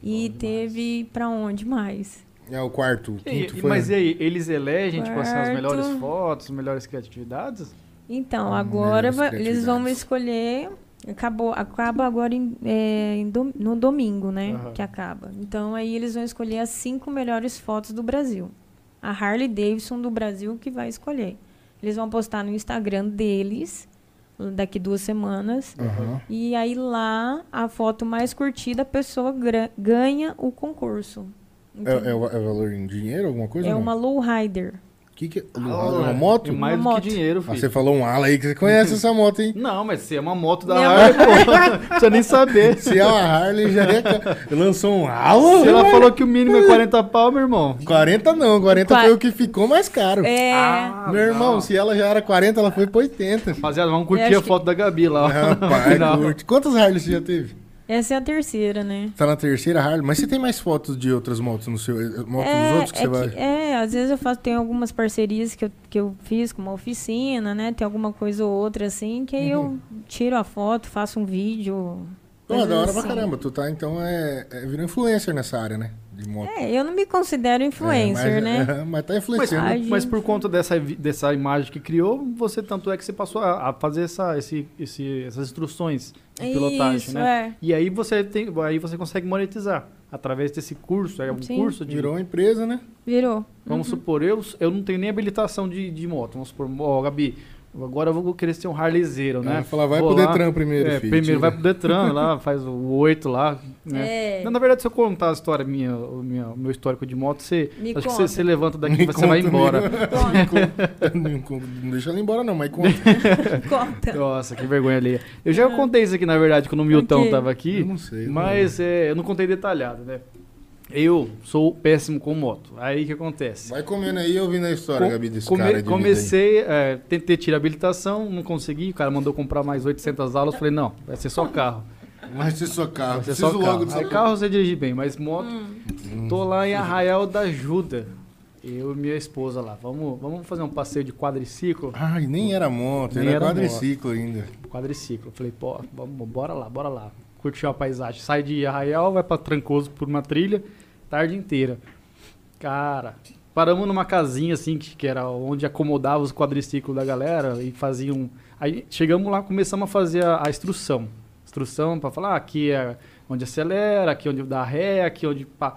E Bom demais. teve pra onde mais? É o quarto, o E- quinto e- foi. né? mas e aí, eles elegem, tipo assim, as Quarto. melhores fotos, as melhores criatividades? Então, Hum, agora melhores va- eles vão criatividades. escolher. Acabou, acaba agora em- é, em dom- no domingo, né? Aham. Que acaba. Então aí eles vão escolher as cinco melhores fotos do Brasil. A Harley Davidson do Brasil que vai escolher. Eles vão postar no Instagram deles daqui duas semanas. Aham. E aí lá a foto mais curtida a pessoa gra- ganha o concurso. É, Entendeu? é o- é valor em dinheiro, alguma coisa? Uhum. É não? uma lowrider. Que que é? Ah, uma é. moto? É mais Uma do que moto. dinheiro, Ah, filho. você falou um ala aí que você conhece essa moto, hein? Não, mas se é uma moto da Não. Harley, pô, não precisa nem saber. Se é uma Harley, já é... ca- lançou um ala? Se ela falou que o mínimo é 40 pau, meu irmão. 40 não, 40 Qua- foi o que ficou mais caro. É. Meu irmão, se ela já era 40, ela foi pra 80. Rapaziada, vamos Eu curtir acho a foto da Gabi lá. ó, no Rapaz, final. curte. Quantas Harley você já teve? Essa é a terceira, né? Tá na terceira Harley, mas você tem mais fotos de outras motos no seu. eh, Motos dos outros que você é vai. que- é, às vezes eu faço, tem algumas parcerias que eu, que eu fiz com uma oficina, né? Tem alguma coisa ou outra assim, que aí Uhum. eu tiro a foto, faço um vídeo. Pô, coisas da hora pra assim. caramba. Tu tá, então, é, é, virou influencer nessa área, né? De moto. É, eu não me considero influencer, É, mas, né? é, mas tá Mas, influenciando. Ai, mas gente. por conta dessa, vi- dessa imagem que criou, você tanto é que você passou a, a fazer essa, esse, esse- essas instruções é de pilotagem, Isso, né? é. E aí você tem, aí você consegue monetizar através desse curso, é um Sim. Uhum. curso de Virou uma empresa, né? Virou. Vamos supor, eu, eu não tenho nem habilitação de, de moto. Vamos supor, ó, Gabi, Agora eu vou querer ser um harlezeiro, né? Ela fala, vai Vou pro lá, Detran É, primeiro, né? é, filho. primeiro vai pro Detran lá, faz o 8 lá. Né? É. Não, na verdade, se eu contar a história minha, o minha- o meu histórico de moto, você. Me acho que conta. você, você levanta daqui Me e você vai conta, embora. Conta, não, conta- não deixa ela embora, não, mas conta. conta. Nossa, que vergonha alheia. Eu já contei isso aqui, na verdade, quando o Milton Ok. tava Eu aqui, não sei. né? mas é, eu não contei detalhado, né? Eu sou péssimo com moto. Aí o que não. acontece? Vai comendo aí e ouvindo a história, Com- Gabi, desse come- cara de vida comecei, é, tentei tirar a habilitação, não consegui. O cara mandou comprar mais 800 aulas. Falei, não, vai ser só carro. aí. Vai ser só carro. Vai ser Preciso só logo carro. do Aí seu Hum. carro você dirige bem, mas moto. Tô lá em Arraial da Ajuda. Eu e minha esposa lá. Vamos, vamos fazer um passeio de quadriciclo? Ai, nem era moto, Nem era, era quadriciclo ainda. Quadriciclo. Falei, pô, vamos, bora lá, bora lá. Curtir a paisagem. Sai de Arraial, vai pra Trancoso por uma trilha, tarde inteira. Cara, paramos numa casinha assim, que, que era onde acomodava os quadriciclos da galera e faziam. Aí chegamos lá, começamos a fazer a, a instrução. Instrução pra falar, ah, aqui é onde acelera, aqui é onde dá ré, aqui é onde. Pá.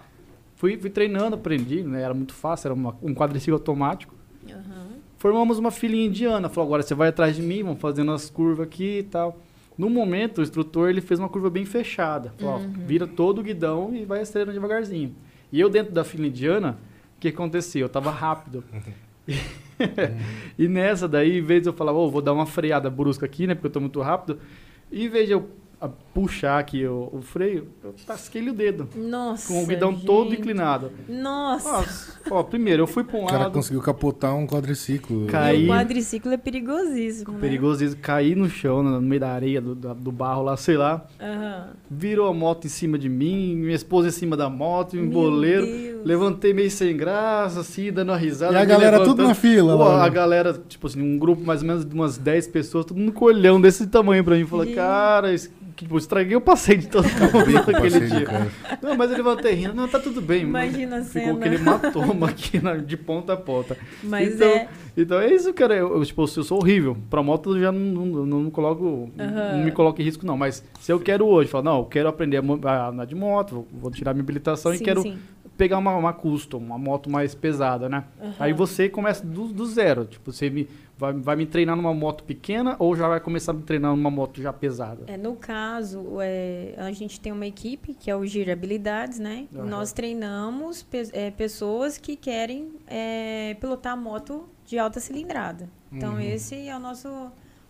Fui, fui treinando, aprendi, né? Era muito fácil, era uma- um quadriciclo automático. Aham. Formamos uma filhinha indiana. Falou, agora você vai atrás de mim, vamos fazendo as curvas aqui e tal. No momento, o instrutor ele fez uma curva bem fechada. Falou, ó, vira todo o guidão e vai acelerando devagarzinho. E eu dentro da fila indiana, o que aconteceu? Eu tava rápido. Uhum. e nessa daí, em vez de eu falar, ô, vou dar uma freada brusca aqui, né, porque eu tô muito rápido. E em vez de eu a- puxar aqui o, o freio, eu tasquei o dedo. Nossa. Com o guidão todo gente. inclinado. Nossa. Nossa, ó, primeiro, eu fui pra um O cara lado. conseguiu capotar um quadriciclo. Cai- E Aí- o quadriciclo é perigosíssimo. né? É Perigoso isso, cair no chão, né, no meio da areia, do, da- do barro lá, sei lá. Aham. Virou a moto em cima de mim, minha esposa em cima da moto, um Meu boleiro. Deus. Levantei meio sem graça, assim, dando uma risada. E a me galera levantando. tudo na fila. Pô, lá, a né? galera, tipo assim, um grupo mais ou menos de umas 10 pessoas, todo mundo com olhão desse tamanho pra mim. Falou, Gente. cara, isso- tipo, estraguei o passeio de todo mundo Bico, naquele passeio de dia. carro. Não, mas eu levantei rindo, não, tá tudo bem. Imagina a Ficou cena. aquele hematoma aqui na- de ponta a ponta. Mas Então, é. Então é isso, cara. Eu, eu, tipo, se eu sou horrível. Pra moto eu já não, não, não, não coloco. Não me coloco em risco, não. Mas se eu quero hoje, falar, não, eu quero aprender a mo- a andar de moto, vou, vou tirar minha habilitação e Sim, quero sim. pegar uma, uma custom, uma moto mais pesada, né? Aham. Aí você começa do, do zero. Tipo, você me, vai, vai me treinar numa moto pequena ou já vai começar a me treinar numa moto já pesada? É, no caso, é, a gente tem uma equipe que é o Gira Habilidades, né? Aham. Nós treinamos pe- é, pessoas que querem é, pilotar moto de alta cilindrada. Então, Uhum. esse é o nosso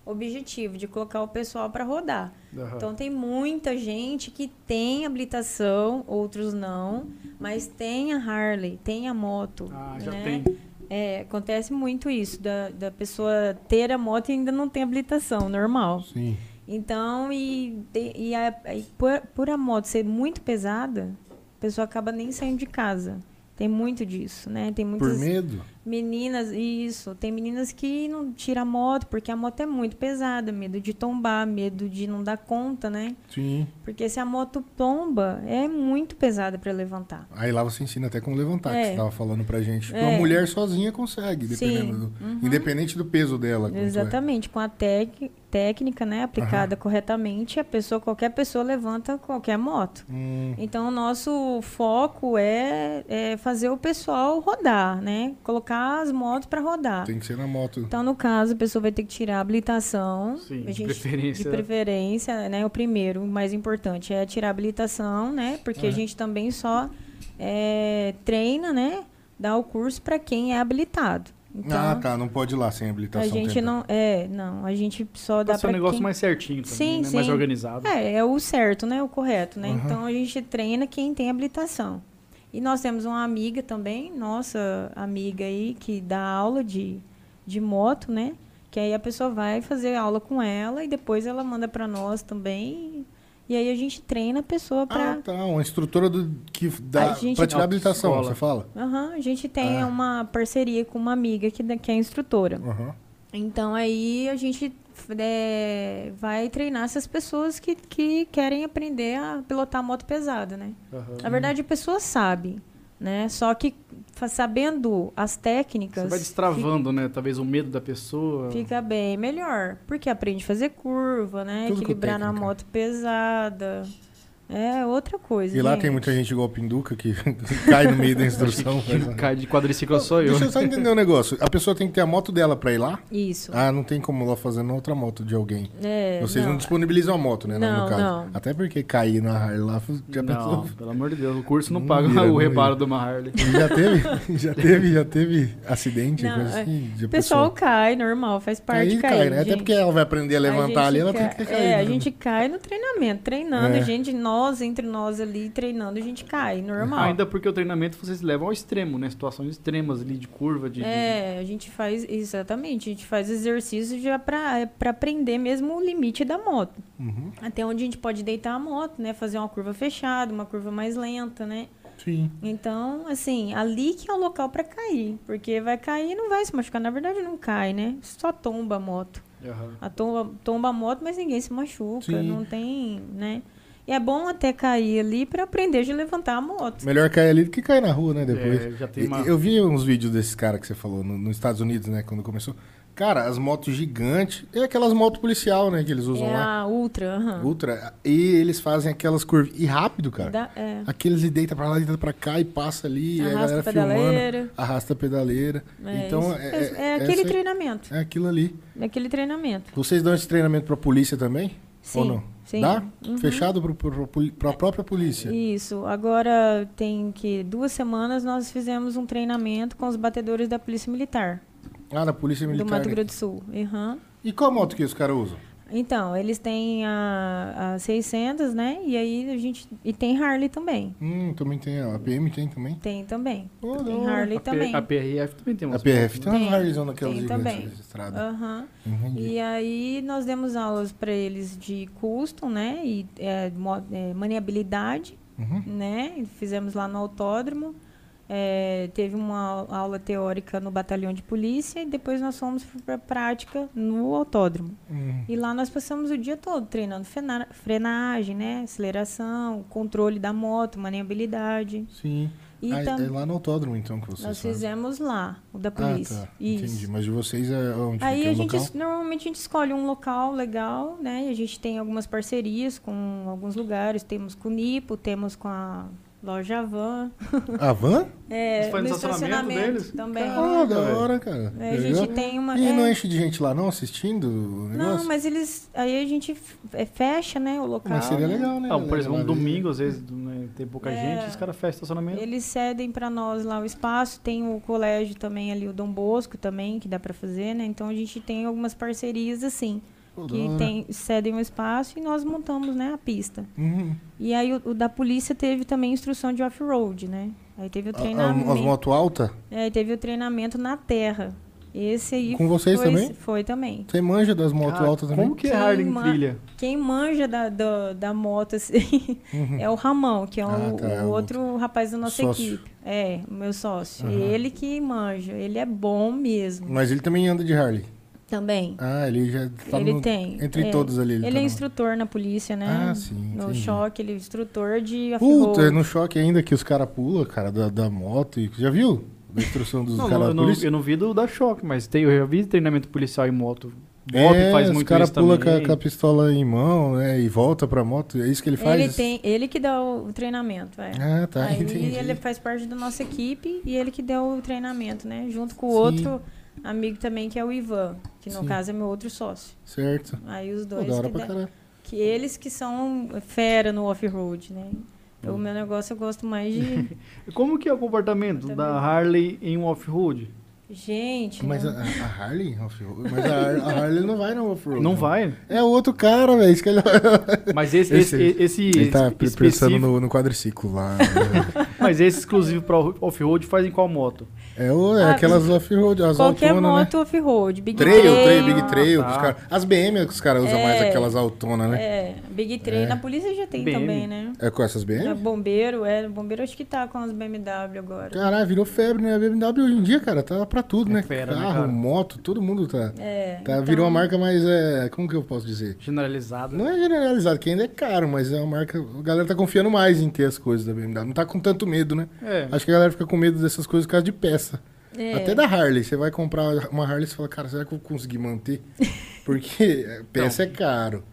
objetivo, de colocar o pessoal para rodar. Aham. Então, tem muita gente que tem habilitação, outros não, mas tem a Harley, tem a moto. ah, já né? tem. É, acontece muito isso, da, da pessoa ter a moto e ainda não tem habilitação, normal. Sim. Então, e, te- e a- e por, por a moto ser muito pesada, a pessoa acaba nem saindo de casa. Tem muito disso, né? Tem Por muitas medo? meninas, isso, tem meninas que não tiram a moto porque a moto é muito pesada, medo de tombar, medo de não dar conta, né? Sim. Porque se a moto tomba, é muito pesada para levantar. Aí lá você ensina até como levantar, que É. você tava falando pra gente. É. Uma mulher sozinha consegue, dependendo Sim. Uhum. do- independente do peso dela. como tu é. Exatamente, com a tec- técnica, né, aplicada corretamente, a pessoa, qualquer pessoa levanta qualquer moto. Hum, Então, o nosso foco é, é fazer o pessoal rodar, né? Colocar as motos para rodar. tem que ser na moto. Então, no caso, a pessoa vai ter que tirar a habilitação. Sim, a de preferência. né? De preferência, né? O primeiro, o mais importante, é tirar a habilitação, né? Porque É. a gente também só é, treina, né? Dá o curso para quem é habilitado. Então, ah, tá. Não pode ir lá sem habilitação. a gente tempo. não... É, não. A gente só Pra dá ser para um negócio quem... mais certinho também, Sim, né? Mais sim. organizado. É, é o certo, né? O correto, né? Aham. Então a gente treina quem tem habilitação. E nós temos uma amiga também, nossa amiga aí, que dá aula de, de moto, né? Que aí a pessoa vai fazer aula com ela e depois ela manda pra nós também. E aí a gente treina a pessoa pra. Ah, tá. Uma instrutora do, que dá A gente- pra tirar a habilitação, Autoescola. você fala? Aham, a gente tem Ah. uma parceria com uma amiga que, da- que é instrutora. Aham. Então aí a gente é, vai treinar essas pessoas que, que querem aprender a pilotar moto pesada, né? Aham. Na verdade, a pessoa sabe, né? Só que fa- sabendo as técnicas, Você vai destravando, né? Talvez o medo da pessoa. fica bem melhor. Porque aprende a fazer curva, né? Tudo com Equilibrar na técnica. moto pesada. É outra coisa. E lá gente. tem muita gente igual o Pinduca que cai no meio da instrução. Quem faz- cai de quadriciclo sou eu. Deixa eu só entender um negócio. A pessoa tem que ter a moto dela pra ir lá? Isso. Ah, não tem como lá fazer na outra moto de alguém. É, Vocês não, não, disponibilizam a moto, né? Não, no caso. não. Até porque cair na Harley lá já Não, pensou. pelo amor de Deus, o curso não Não paga vira, o não reparo vira. de uma Harley. Já teve, já teve, já teve acidente, Não, coisa é. assim. de O pessoa- pessoal cai, normal, faz parte Aí cair. cai, né? Até gente. porque ela vai aprender a levantar A ali, gente ela cai- tem que cair. É, a né? gente cai no treinamento, treinando, É. a gente, nós, entre nós ali, treinando, a gente cai, normal. Ainda porque o treinamento vocês levam ao extremo, né? Situações extremas ali de curva, de. de- É, a gente faz, exatamente, a gente faz exercício já pra, é, pra aprender mesmo o limite da moto. Uhum. Até onde a gente pode deitar a moto, né? Fazer uma curva fechada, uma curva mais lenta, né? Sim. Então, assim, ali que é o local pra cair. Porque vai cair e não vai se machucar. Na verdade, não cai, né? Só tomba a moto. Aham. A tomba, tomba a moto, mas ninguém se machuca. Sim. Não tem, né? E é bom até cair ali pra aprender de levantar a moto. Melhor cair ali do que cair na rua, né? Depois. É, já tem uma- Eu vi uns vídeos desses caras que você falou no- nos Estados Unidos, né? Quando começou. Cara, as motos gigantes. É aquelas motos policial, né? Que eles usam É lá. a Ultra, aham. Ultra. E eles fazem aquelas curvas. E rápido, cara. Da- é. Aqueles e deita pra lá, deita pra cá e passa ali. e a Arrasta galera a pedaleira. filmando. Arrasta a pedaleira. É, então, isso. é, é, é aquele essa- treinamento. É aquilo ali. É aquele treinamento. Vocês dão esse treinamento pra polícia também? Sim, Ou não? sim. Dá? Uhum. Fechado pro, pro, pro- pra própria polícia. Isso. Agora tem que duas semanas nós fizemos um treinamento com os batedores da Polícia Militar, Ah, na polícia militar. do Mato né? Grosso do Sul. Aham. E qual moto que os caras usam? Então, eles têm a, a 600, né? E aí a gente e tem Harley também. Hum, também tem. A PM tem também. Tem também. Oh, da tem hora. Harley A, P- também. a PRF também tem A umas né? PF tem Tem, uma Harley naquelas tem gigantes também. registradas. Aham. Entendi. E aí nós demos aulas para eles de custom, né? E é, mo- é, maniabilidade, Uhum. né? Fizemos lá no autódromo. É, teve uma au- aula teórica no batalhão de polícia e depois nós fomos para prática no autódromo. Hum. E lá nós passamos o dia todo treinando frena- frenagem, né? Aceleração, controle da moto, maniabilidade. Sim. E Ah, tam- é lá no autódromo, então, que vocês nós fazem. fizemos lá, o da Ah, polícia. tá. Isso. Entendi. Mas de vocês é onde Aí fica a o gente, local? es- normalmente a gente escolhe um local legal, né? E a gente tem algumas parcerias com alguns lugares. Temos com o Nipo, temos com a loja Van. A Ah, van? É, Isso foi no estacionamento deles? também. Ah, da velho. hora, cara. É, a Legal. gente tem uma... E é, não enche de gente lá não assistindo o negócio? não, mas eles... Aí a gente f- é, fecha, né? O local. Mas seria né? legal, né? Ah, por exemplo, um Legal. domingo, às vezes, né, tem pouca É. gente, os caras fecham o estacionamento. Eles cedem para nós lá o espaço, tem o colégio também ali, o Dom Bosco também, que dá para fazer, né? Então a gente tem algumas parcerias assim, Pô, da que hora. tem, cedem o espaço e nós montamos, né, a pista. Uhum. E aí o, o da polícia teve também instrução de off-road, né? Aí teve o A- a- Ah, As treinamento, motos altas? é, teve o treinamento na terra. Esse aí Com vocês foi, também? foi também. Você manja das motos Ah, Cara, altas Um também? Como que é Harley em Queima. trilha? Quem manja da, da, da moto assim, Uhum. é o Ramão, que é Ah, o, tá, é o o outro rapaz da nossa sócio. equipe. É, o meu sócio. Ele que manja, ele é bom mesmo. Mas ele também anda de Harley. Também. Ah, ele já tá ele no- tem. entre é. todos ali. Ele, tá é no- instrutor na polícia, né? Ah, sim, No entendi. choque, ele é instrutor de Puta, é off-road. no choque ainda que os caras pulam, cara, da, da moto. E... Já viu? Da instrução dos Não, caras eu, da não, polícia? eu não vi do da choque, mas tem, eu já vi treinamento policial em moto. Bob é, faz os muito caras isso pulam também. com, a- com a pistola em mão, né? E volta pra moto. É isso que ele faz? Ele tem, ele que dá o, o treinamento, é. Ah, tá, Aí entendi. ele faz parte da nossa equipe e ele que deu o treinamento, né? Junto com o Sim. outro amigo também, que é o Ivan, que no Sim. caso é meu outro sócio. Certo. Aí os Pô, dois da hora que, pra der- caralho. que eles que são fera no off-road, né? O meu negócio eu gosto mais de Como que é o comportamento Eu da também. Harley em um off-road? gente. Mas a, né? a Harley? off-road? Mas a, Har- a Harley não vai no off-road. Não vai? É outro cara, velho. Isso que ele... Mas esse, esse, Esse- esse, ele tá pe- específico, pensando no, no quadriciclo lá. né? mas esse exclusivo para off-road faz em qual moto? é, o, é Ah, aquelas off-road, as Qualquer autonas, moto off-road, Big né? Trail, trail, Trail, né? Big Trail. tá. Os cara... As BM que os caras usam É. mais, aquelas autonas, né? É, Big Trail na polícia já tem BM. também, né? É com essas BM? Na bombeiro, é, bombeiro acho que tá com as BMW agora. Caralho, virou febre, né? A BMW hoje em dia, cara, tá pra tudo, É né? fera, né, Carro, cara? moto, todo mundo tá. É, tá então- Virou uma marca mais. É... Como que eu posso dizer? Generalizada. Não é generalizado, que ainda é caro, mas é uma marca. A galera tá confiando mais em ter as coisas da BMW. Não tá com tanto medo, né? É. Acho que a galera fica com medo dessas coisas por causa de peça. É. Até da Harley. Você vai comprar uma Harley e fala, cara, será que eu vou conseguir manter? Porque peça é caro.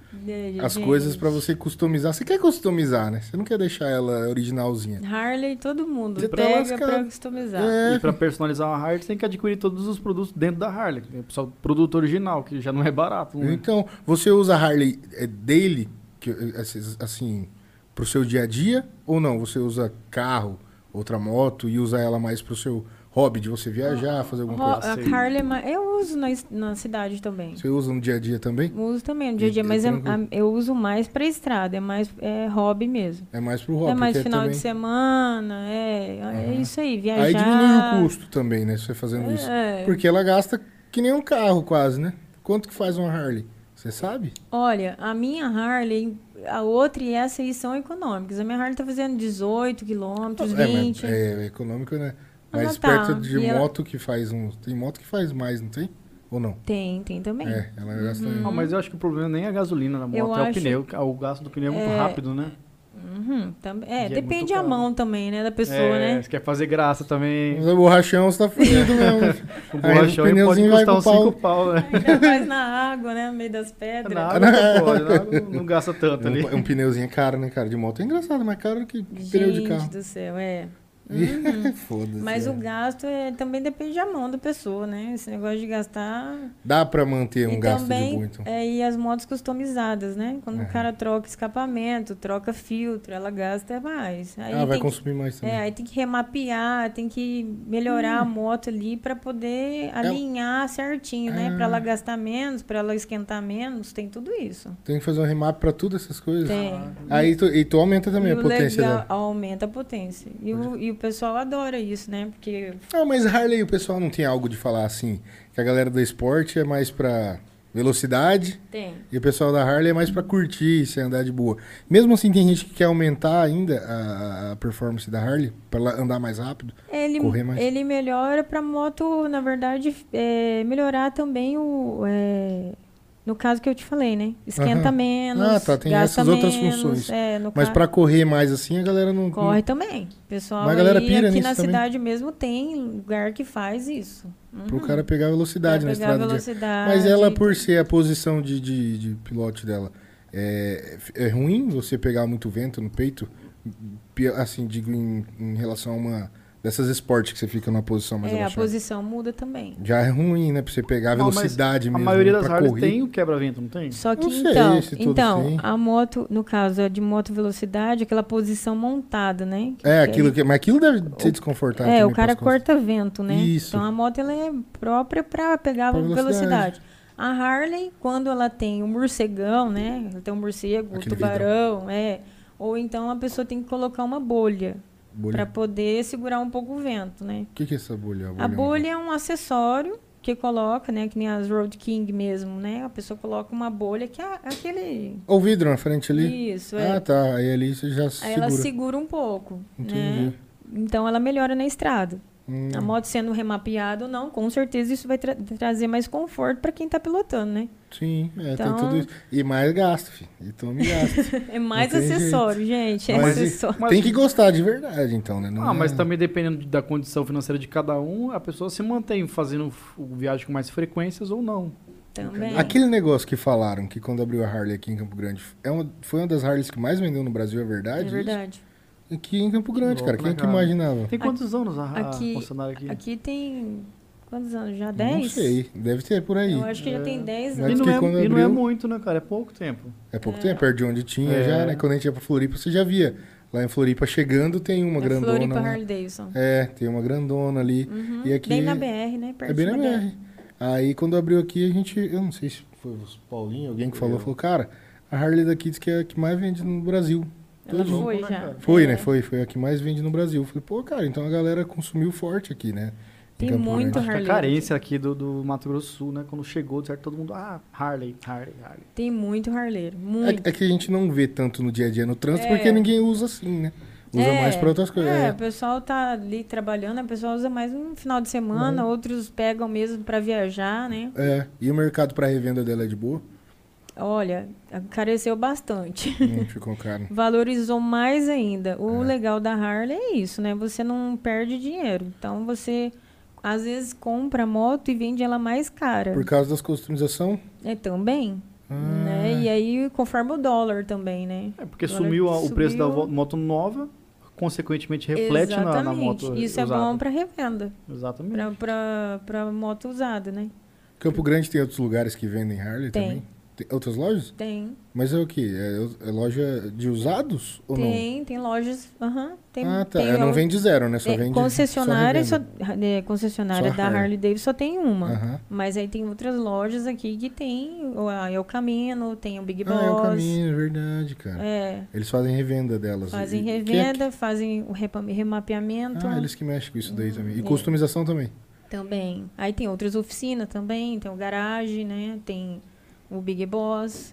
as Uhum. coisas para você customizar. Você quer customizar, né? Você não quer deixar ela originalzinha. Harley, todo mundo Você tá pega lascado. pra customizar. É, E para personalizar uma Harley, você tem que adquirir todos os produtos dentro da Harley. Tem Só produto original, que já não é barato. né? Então, você usa a Harley é, daily, que, é, esses, assim, pro seu dia a dia, ou não? Você usa carro, outra moto e usa ela mais pro seu hobby de você viajar, fazer alguma Ro- coisa? a assim. Harley, é ma- eu uso na, es- na cidade também. Você usa no dia a dia também? Uso também no dia a dia, E- mas e é- tranquilo. a- eu uso mais pra estrada, é mais é hobby mesmo. É mais pro hobby. é mais porque final também... de semana, é, é Aham. isso aí, viajar. Aí diminui o custo também, né? Você fazendo isso. É. Porque ela gasta que nem um carro quase, né? Quanto que faz uma Harley? Você sabe? Olha, a minha Harley, a outra e essa aí são econômicas. A minha Harley tá fazendo 18 quilômetros, É, mas 20. é, econômico, né? Ah, Mas tá. perto de E ela- moto que faz um. Tem moto que faz mais, não tem? Ou não? Tem, tem também. É, ela Uhum. gasta. Ah, mas eu acho que o problema nem é a gasolina na moto, Eu é acho- o pneu. O gasto do pneu é muito É. rápido, né? Uhum, tam- é, E é depende muito a caro. mão também, né, da pessoa, é, né? Você quer fazer graça também. Mas o borrachão você tá fudido mesmo. O Aí o borrachão ele pode pneuzinho vai custar uns pro pau. 5 pau, né? Ainda faz na água, né, no meio das É pedras. Na água não pode, na água não gasta tanto Tá ali. Um, um pneuzinho é caro, né, cara? De moto é engraçado, mais caro que Gente pneu de carro. do céu, é. Foda-se. Mas é. o gasto é, também depende da mão da pessoa, né? Esse negócio de gastar. Dá pra manter um e gasto também, de boa, então. é, e as motos customizadas, né? Quando Aham. o cara troca escapamento, troca filtro, ela gasta mais. Aí ah, vai tem que- consumir mais também. É, aí tem que remapear, tem que melhorar a Hum. moto ali para É poder alinhar certinho, né? Para Ah. ela gastar menos, para ela esquentar menos, tem tudo isso. Tem que fazer um remap pra todas essas coisas. Tem. Aí tu, e tu aumenta também E a o potência legal- dela. aumenta a potência. E o, e o pessoal adora isso, né? Porque Ah, mas Harley, o pessoal não tem algo de falar assim, que a galera do esporte é mais pra velocidade tem. e o pessoal da Harley é mais pra curtir e se andar de boa. Mesmo assim, tem gente que quer aumentar ainda a, a performance da Harley pra ela andar mais rápido. Ele, Correr mais. ele melhora para moto, na verdade, é, melhorar também o. é, no caso que eu te falei, né? Esquenta Aham. menos. Ah, tá, tem gasta essas outras menos, funções. É, no Mas ca- pra correr mais assim, a galera não... Corre também. Pessoal, Mas a galera aí, pira aqui nisso na também. cidade mesmo tem lugar que faz isso. Uhum. não pro cara pegar velocidade Pra na pegar estrada. de- velocidade. Mas ela, por ser a posição de, de, de pilote dela, é, é ruim você pegar muito vento no peito? Pi- Assim, digo em, em relação a uma dessas esportes que você fica numa posição mais É, a relaxada. posição muda também. Já é ruim, né? Pra você pegar a Não, mas velocidade A mesmo. maioria das pra Harley correr. tem o quebra-vento, não tem? Só que Não sei então, se assim. todos têm. então a moto, no caso a de moto velocidade, aquela posição montada, né? Que- É, aquilo que, mas aquilo deve ser desconfortável. É, também o cara pras costas. corta vento, né? Isso. Então a moto ela é própria para pegar Pra velocidade. velocidade. A Harley, quando ela tem um morcegão, né? Ela tem um morcego, um Aquele tubarão, é. Ou então a pessoa tem que colocar uma bolha Bolha. para poder segurar um pouco o vento, né? O que, que é essa bolha? A é um- bolha é um acessório que coloca, né? Que nem as Road King mesmo, né? A pessoa coloca uma bolha que é aquele. Ou vidro na frente ali? Isso, é. Ah, tá. Aí ali você já Aí segura. ela segura um pouco, né? Entendi. Então ela melhora na estrada. Hum. A moto sendo remapeada ou não, com certeza isso vai tra- trazer mais conforto para quem tá pilotando, né? Sim, é, Então- tem tudo isso. E mais gasto, filho. E tome gasto. É mais tem acessório, gente. É Mas e- acessório. Mas- Tem que gostar de verdade, então, né? Não Ah, mas é- também dependendo da condição financeira de cada um, a pessoa se mantém fazendo f- viagem com mais frequências ou não. Também. Aquele negócio que falaram que quando abriu a Harley aqui em Campo Grande, é uma, foi uma das Harleys que mais vendeu no Brasil, é é verdade? verdade. isso? Aqui em Campo Grande, louco, cara. Quem é né, que cara? imaginava? Tem quantos anos a, a aqui- concessionária aqui? Aqui tem quantos anos já? 10? Não sei, deve ter por aí. Eu acho que já tem Mas 10 E anos. não, que é, quando e não é abriu- muito, né, cara? É pouco tempo. É pouco tempo, perto de onde tinha É. já, né? Quando a gente ia pra Floripa, você já via. Lá em Floripa chegando tem uma é grandona. Floripa lá. Harley Davidson. É, tem uma grandona ali. E aqui Bem na BR, né? É bem na BR. Aí quando abriu aqui, a gente. Eu não sei se foi o Paulinho, alguém que falou, Eu. falou, cara, a Harley da Kids que é a que mais vende no Brasil. Ela Tudo. foi né, já. cara? Foi, É. né? Foi, foi a que mais vende no Brasil. Falei, pô, cara, então a galera consumiu forte aqui, né? Em Tem Campo Grande. muito Acho que é a Harley. carência aqui do, do Mato Grosso do Sul, né? Quando chegou, de certo, todo mundo, ah, Harley, Harley, Harley. Tem muito harleiro. Muito. É, é que a gente não vê tanto no dia a dia no trânsito, É. porque ninguém usa assim, né? Usa É, mais pra outras coisas. É, É. o pessoal tá ali trabalhando, o pessoal usa mais no final de semana, Uhum. outros pegam mesmo para viajar, né? É. E o mercado pra revenda dela é de boa? Olha, encareceu bastante. Não ficou caro. Valorizou mais ainda. O legal da Harley é isso, né? Você não perde dinheiro. Então você às vezes compra a moto e vende ela mais cara. Por causa das customização? Ah. É também. Né? E aí, conforme o dólar também, né? É porque O dólar sumiu a- o preço da subiu. vo- moto nova, consequentemente reflete na- na, moto Isso usada. é bom para revenda, Exatamente. pra- pra pra moto usada, né? Campo Grande tem outros lugares que vendem Harley Tem. também? Tem outras lojas? Tem, Mas é o quê? É, é loja de usados ou tem, tem lojas, aham, tem, não? Ah, tá. tem É, não al- vende zero, né? Só é, vende. concessionária, só só revenda. é, concessionária Só da Harley. Ah. Harley Davidson só tem uma. Aham. Mas aí tem outras lojas aqui que tem, o- a El Camino, tem o Big Boss. Ah, é o caminho, é verdade, cara. é, Eles fazem revenda delas. fazem E- e quem é que- revenda, fazem o repa- remapeamento Ah, eles que mexem com isso daí também. E é. customização também. também. Aí tem outras oficinas também, tem o garagem, né? Tem o Big Boss.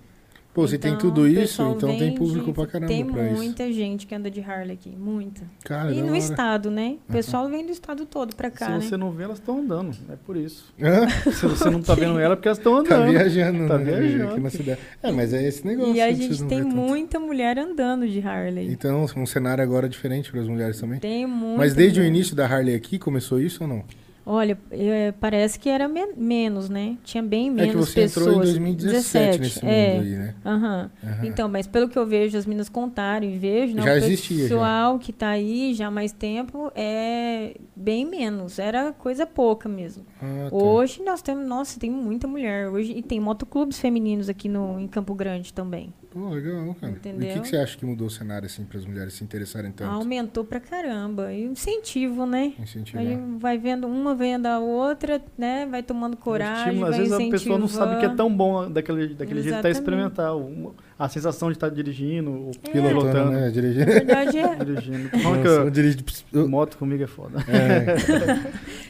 Pô, você tem Então, tudo o isso, pessoal então tem vende, público pra caramba Tem pra isso. muita gente que anda de Harley aqui, muita. Cara, Ah, é e da no hora. Tá estado, né? O pessoal vem do estado todo pra cá, Se né? você não vê, elas estão andando. É por isso. Hã? Se você não tá vendo ela, é porque elas estão Tá andando. viajando, Tá né? viajando. Aqui na cidade. É, mas é esse negócio. E a que vocês gente não tem vê tanto. muita mulher andando de Harley. Então, um cenário agora diferente para as mulheres também. Tem né? muita. Mas desde o mulher. início da Harley aqui, começou isso ou não? Olha, é, parece que era men- menos, né? Tinha bem é que menos você pessoas. entrou em 2017 nesse mundo é. aí, né? Aham. Aham. Então, mas pelo que eu vejo, as meninas contaram e vejo, não, Já o existia, já. pessoal que tá aí já há mais tempo é bem menos. Era coisa pouca mesmo. Ah, tá. Hoje nós temos, nossa, tem muita mulher hoje e tem motoclubes femininos aqui no em Campo Grande também. Pô, legal, cara. E o que Entendeu? que, você acha que mudou o cenário, assim, para as mulheres se interessarem tanto? Aumentou pra caramba. E incentivo, né? Incentivar. é. Aí vai vendo uma vendo a outra, né? Vai tomando coragem, Estima- vai Às vezes a pessoa não sabe que é incentivando. tão bom daquele, daquele jeito até Exatamente. É. experimentar. o- A sensação de estar dirigindo, ou Pilotando, pilotando. né? Dirigindo. Na verdade, é, Dirigindo. Nossa, eu Falando dirijo... que eu- moto comigo é foda. É.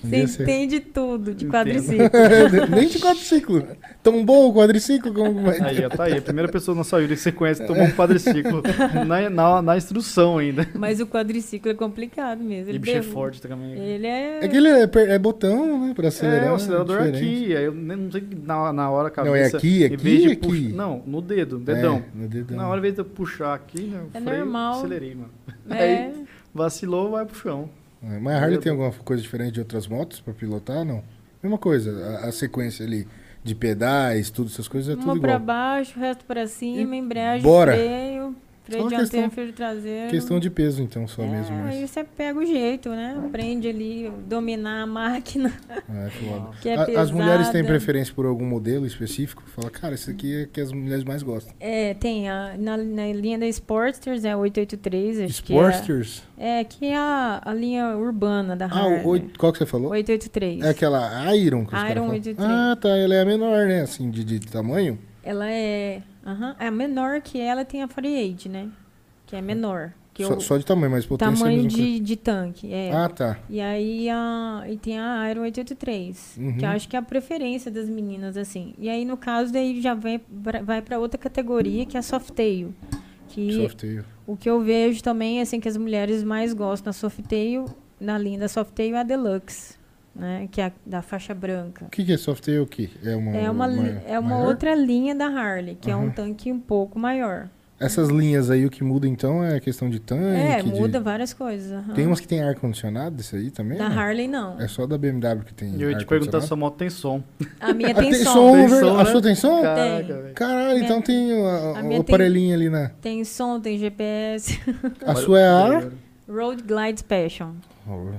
Um dia você entende tudo de Entendo. quadriciclo. É. Nem de quadriciclo. Tão bom o quadriciclo como vai Aí, ó, tá aí. A primeira pessoa na sua vida que você conhece que tomou um quadriciclo na, na, na instrução ainda. Mas o quadriciclo é complicado mesmo. E Ele, bicho é derruba. forte também. Ele é. Aquele é, per- é botão, né? Pra acelerar. É, o acelerador é diferente. aqui. Aí eu nem- não sei que na, na hora a cabeça. Não, é aqui, em aqui vez e de aqui. puxar- não, no dedo, no dedão. É, no dedão. Na hora, em vez de eu puxar aqui, né, eu É freio, normal. acelerei, mano. é, Aí vacilou, vai pro chão. É, Mas a Harley tem alguma coisa diferente de outras motos pra pilotar? Não. Mesma coisa. A, a sequência ali de pedais, tudo, essas coisas é tudo uma pra igual. baixo, o resto pra cima, embreagem, bora. freio, freio Só dianteiro, questão- freio traseiro. Questão de peso, então, só é, mesmo. Mas... Aí você pega o jeito, né? Aprende ali, dominar a máquina, É, foda. que é A- as mulheres têm pesada. preferência por algum modelo específico? Fala, cara, esse aqui é que as mulheres mais gostam. É, tem a, na, na linha da Sportsters, é a 883, acho Sportsters? que é. É, que é a, a linha urbana da Ah, Harley. o, oito- qual que você falou? 883. É aquela Iron que os Iron caras falam. 83. Ah, tá. Ela é a menor, né? Assim, de, de tamanho. Ela é. aham, é a menor que ela tem a 48, né? Que é menor. Que Só, o só de tamanho, mas potência é a tamanho mesma coisa. de, de tanque. É. Ah, tá. E aí a, e tem a Aero 883, Uhum. que eu acho que é a preferência das meninas, assim. E aí, no caso, daí já vem, pra- vai para outra categoria, que é a Softail. Que Softeio. o que eu vejo também, assim, que as mulheres mais gostam da Softail, na linha da Softail, é a Deluxe, né? Que é a, da faixa branca. O que, que é softeio o quê? É uma, É uma, li- é uma maior? outra linha da Harley, que é Aham. um tanque um pouco maior. Essas linhas aí, o que muda então é a questão de tanque. é, de- muda várias coisas. aham. Tem umas que tem ar-condicionado desse aí também? Da não? Harley, não. É só da BMW que tem E eu ia te perguntar se a ar-condicionado? moto tem som. A minha Ah, tem tem som, som. Tem verdade. A né? sua tem som? Caraca, Tem. velho. Caralho, Minha- então tem o a a- minha o tem- aparelhinho ali na... Tem som, tem GPS. A sua é a ar? Road Glide Passion.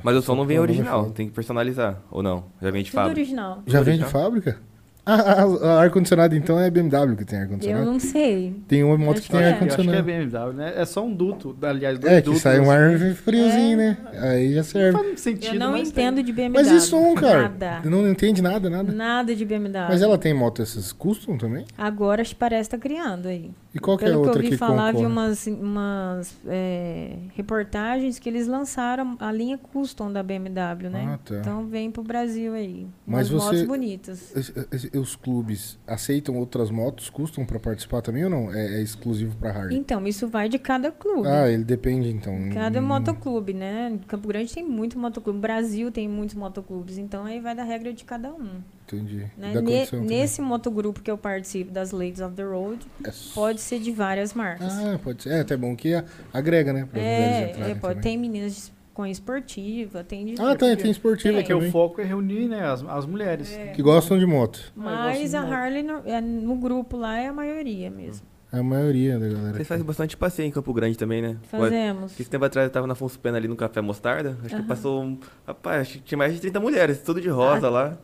Mas o som não vem Nome é original, foda. tem que personalizar. Ou não? Já vem de Tudo fábrica. original. Já vem de original. fábrica? Ah, a- a- a ar-condicionado então é a BMW que tem Eu ar-condicionado? não sei. Tem uma moto que Acho tem que é. Eu acho que é ar-condicionado. BMW, né? É só um duto, aliás, dois É, que dutos. sai um ar assim. friozinho, É. né? Aí já Não serve. faz sentido, Eu não mas entendo tem. de BMW. Mas e som, cara? Nada. Não entende nada, nada. Nada de BMW. Mas ela tem moto essas custom também? Agora acho que parece que tá criando aí. E qual que é a Pelo que eu outra vi que falar, vi concorre? umas, umas é, reportagens que eles lançaram a linha custom da BMW, né? Ah, tá. Então vem pro Brasil aí. Mas Umas você- motos bonitas. Es- es- Os clubes aceitam outras motos custom pra participar também ou não? É, é exclusivo pra Harley? Então, isso vai de cada clube. Ah, ele depende então. Cada Hum, motoclube, né? Campo Grande tem muito motoclube. Brasil tem muitos motoclubes. Então, aí vai da regra de cada um. Entendi. né? Da Ne- condição também. nesse motogrupo que eu participo, das Ladies of the Road, É s- pode ser de várias marcas. Ah, pode ser. Ah, É até bom que a- agrega, né? Para mulheres é, entrarem é, pode. também. Tem meninas com esportiva, tem de Ah, tem, tudo. tem esportiva Tem. Porque o também. foco é reunir né, as, as mulheres. É. Que gostam de moto. Mas Ah, a eu gosto de moto. Harley no, é, no grupo lá é a maioria mesmo. Hum. É a maioria da galera. Vocês fazem bastante passeio em Campo Grande também, né? Agora, Fazemos. Esse tempo atrás eu tava na Afonso Pena ali no Café Mostarda. Acho Aham. que passou. um- Rapaz, acho que tinha mais de 30 mulheres, tudo de Ah. rosa lá.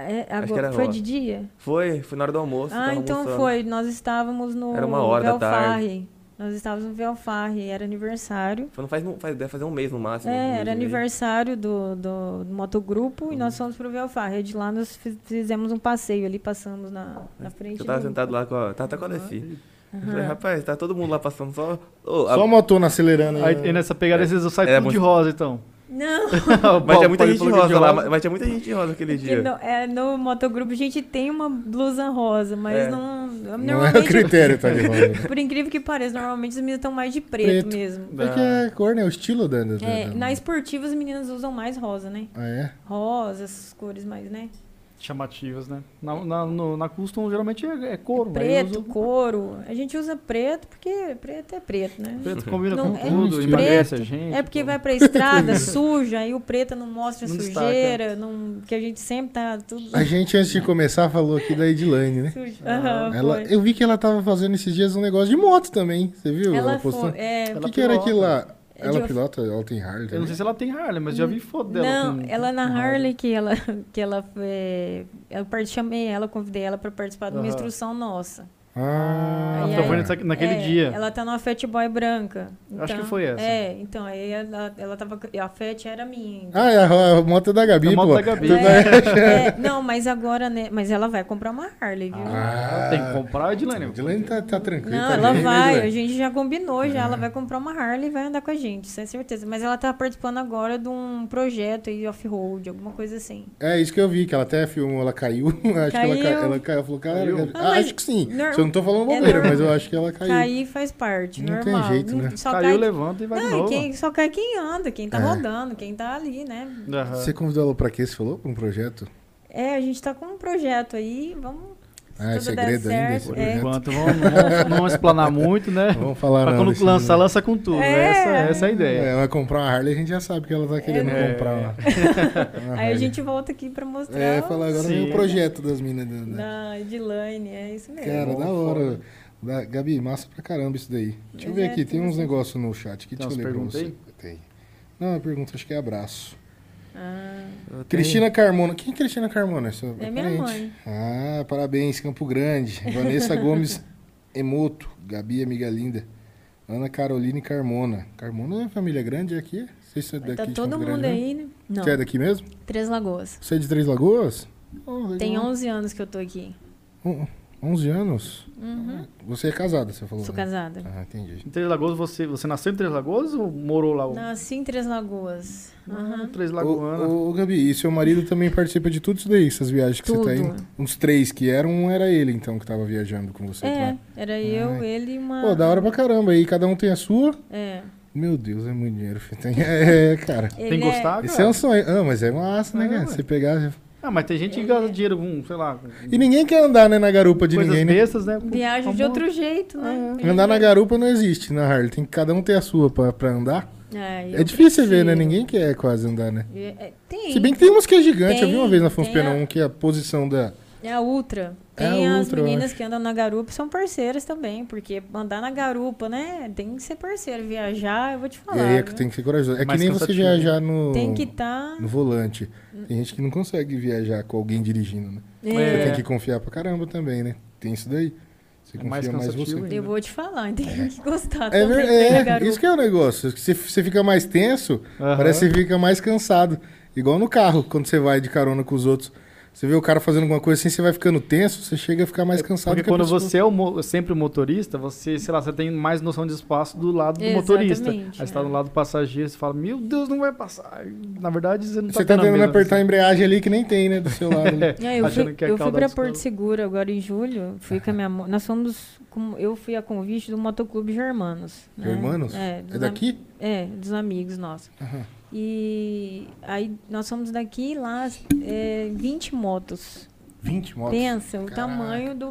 É, que agora, era foi rosa. de dia? Foi, foi na hora do almoço. ah, tava então almoçando. foi. Nós estávamos no Era uma hora da Velfarre. Nós estávamos no Velfarre, era aniversário. Foi, não faz, mu- faz, deve fazer um mês no máximo. um É, mês e era meio. aniversário do, do, do motogrupo e Uhum. nós fomos pro Velfarre. De lá nós fiz- fizemos um passeio ali, passamos na, na frente Eu tava do... sentado lá com a. Tava até com a Alessi. Eu Falei, Aham. rapaz, tá todo mundo lá passando só. Ô, a- Só a motona acelerando aí. né? Aí e nessa pegada, às vezes eu saio Era tudo de muito- rosa, então. Não, É. Paulo- Mas tinha muita Paulo gente falou que rosa de lá, mas- mas tinha muita gente rosa aquele porque dia. no, é, no motogrupo a gente tem uma blusa rosa, mas É. não... Não é o Normalmente, critério, tá ligado? por incrível que pareça, normalmente as meninas estão mais de preto, Preto. mesmo. É que é a cor, né? O estilo da. da, É, da- na esportiva as meninas usam mais rosa, né? Ah, é? Rosa, essas cores mais, né? Chamativas, né? Na, na, no- na custom, geralmente é, é couro. aí eu Preto, uso- couro. A gente usa preto porque preto é preto, né? Preto combina Não, com é tudo, preto. emagrece a gente. então. É porque tudo. vai pra estrada suja, aí o preto não mostra a Não destaca. sujeira, não, que a gente sempre tá tudo A gente, antes de começar, falou aqui da Edilane, né? sujo. Aham, Ela, foi. eu vi que ela tava fazendo esses dias um negócio de moto também. Você viu? Ela postou. foi. É, O Ela que, que era pilota. aquilo lá? É Ela de- pilota? Ela tem Harley? Eu não também? sei se ela tem Harley, mas já vi foto dela. não, com- ela é na com Harley que ela que ela é, eu part- chamei ela, convidei ela pra participar de uma Aham. instrução nossa. Ah, Aí, então foi aí- nessa- naquele É, dia. Ela tá numa Fat Boy branca. Acho que Então, foi essa. É, então aí ela, ela tava a Fat era minha. então. Ah, é a, a moto da Gabi, É a moto pô. da Gabi. Tu É. vai- É, é, não, mas agora, né? Mas ela vai comprar uma Harley, viu? Ah, Tem que comprar, Edilene. A Edilane tá, tá tranquila. Não, tá ela bem, né, É. vai, a Edilane? gente já combinou já. Ela vai comprar uma Harley e vai andar com a gente, isso é certeza. Mas ela tá participando agora de um projeto aí off-road, alguma coisa assim. É isso que eu vi, que ela até filmou, ela caiu. acho que ela, Caiu. ca- ela caiu. Falou, cara, Caiu. Gabi- Ah, ah, mas acho que sim. nor- Se eu não tô falando é bobeira, mas eu normal. acho que ela caiu. Cair faz parte, Não tem normal. jeito, né? Só Caiu, cai... levanta e vai de Não, e novo. quem, só cai quem anda, quem tá É. rodando, quem tá ali, né? Aham. Você convidou ela pra quê? Você falou? Pra um projeto? É, a gente tá com um projeto aí, vamos. se Ah, é tudo segredo der ainda esse certo, Por é. enquanto, vamos, não vamos- não vamos explanar muito, né? Não vamos falar assim, Pra não. quando desse lançar, menino. lança com tudo. né? É. Essa, essa é a É, ideia. ela vai comprar uma Harley, a gente já sabe que ela tá querendo É. comprar uma. uma Aí a Harley. gente volta aqui pra mostrar. É, falar agora Sim. o projeto das minas. da- da- Na Edilane, é isso mesmo. Cara, bom, da hora. foda. Da- Gabi, massa pra caramba isso daí. Deixa eu Mas ver é aqui, tem tudo uns assim. negócios no chat aqui, Tem deixa eu umas ler pra perguntas você. Tem. Não, a pergunta acho que é abraço. Ah, Eu tenho- Cristina Carmona. Quem é Cristina Carmona? Sua- é minha parente. mãe. Ah, parabéns, Campo Grande. Vanessa Gomes Emoto. Gabi, amiga linda. Ana Caroline Carmona. Carmona é família grande aqui? Não sei se é Mas daqui Tá de todo Campo mundo Grande, né? aí, né? Não, Você é daqui mesmo? Três Lagoas. Você é de Três Lagoas? Oh, legal. Tem 11 anos que eu tô aqui. On- 11 anos? Uhum. Você é casada, você falou. Sou né? casada. Ah, entendi. Em Três Lagoas, você, você nasceu em Três Lagoas ou morou lá? Nasci em Três Lagoas. Ah, Aham. Três Lagoana. Ô, ô, Gabi, e seu marido também participa de tudo isso daí, essas viagens que Tudo. você tá indo? Uns três que eram, um era ele então que tava viajando com você. É, tá? era eu, Ah. ele e uma. Pô, da hora pra caramba. E cada um tem a sua? É. Meu Deus, é muito dinheiro. filho. Tem- É, cara. Ele Tem que é- gostar, Esse é cara? um sonho. Ah, mas é massa, né, Ah, cara? ué. Você pegar. Ah, mas tem gente que é- gasta dinheiro com, sei lá, com E ninguém quer andar, né, na garupa de coisas ninguém, né? bestas, né? Com- Viajo de amor. outro jeito, né? Andar na garupa não existe na Harley. Tem que cada um ter a sua pra, pra andar. É, é eu difícil ver, né? prefiro. Ninguém quer quase andar, né? É, é, tem. Se bem que tem uns que é gigante. Eu vi Tem, uma vez na Fons tem Pena a- 1 que a posição da. É a Ultra. É a Tem as Ultra, eu meninas que andam na garupa são parceiras também, porque andar na garupa, né? Tem que ser parceiro. Viajar, eu vou te e falar. aí é que viu? tem que ser corajoso. É que Mais nem você cansativo. né? viajar no, né? Tem que tá estar. no volante. Tem gente que não consegue viajar com alguém dirigindo, né? Você É. tem que confiar pra caramba também, né? Tem isso daí. Você É confia mais mais, você. cansativo ainda. Eu vou te falar, tem que gostar É, também ver- de andar é, na garupa. isso que é o negócio. Você, você fica mais tenso, Aham. parece que você fica mais cansado. Igual no carro, quando você vai de carona com os outros. Você vê o cara fazendo alguma coisa assim, você vai ficando tenso, você chega a ficar mais cansado. Porque a quando pessoa. você é o mo- sempre o motorista, você, sei lá, você tem mais noção de espaço do lado do motorista. Aí Exatamente, você tá é. do lado do passageiro, você fala, meu Deus, não vai passar. Aí, Na verdade, você não tá Você tá vendo a tentando mesma apertar a assim. visão. embreagem ali que nem tem, né? Do seu lado. né? É, eu achando fui, que é eu fui cauda pra dos caras. Porto Seguro agora em julho. Fui com a minha mo- Nós fomos. com- eu fui a convite do Motoclube Germanos. né? Germanos? É, dos É am- daqui? É, dos amigos nossos. Aham. E aí nós fomos daqui lá é, 20 motos. 20 motos. Pensa o Caraca. tamanho do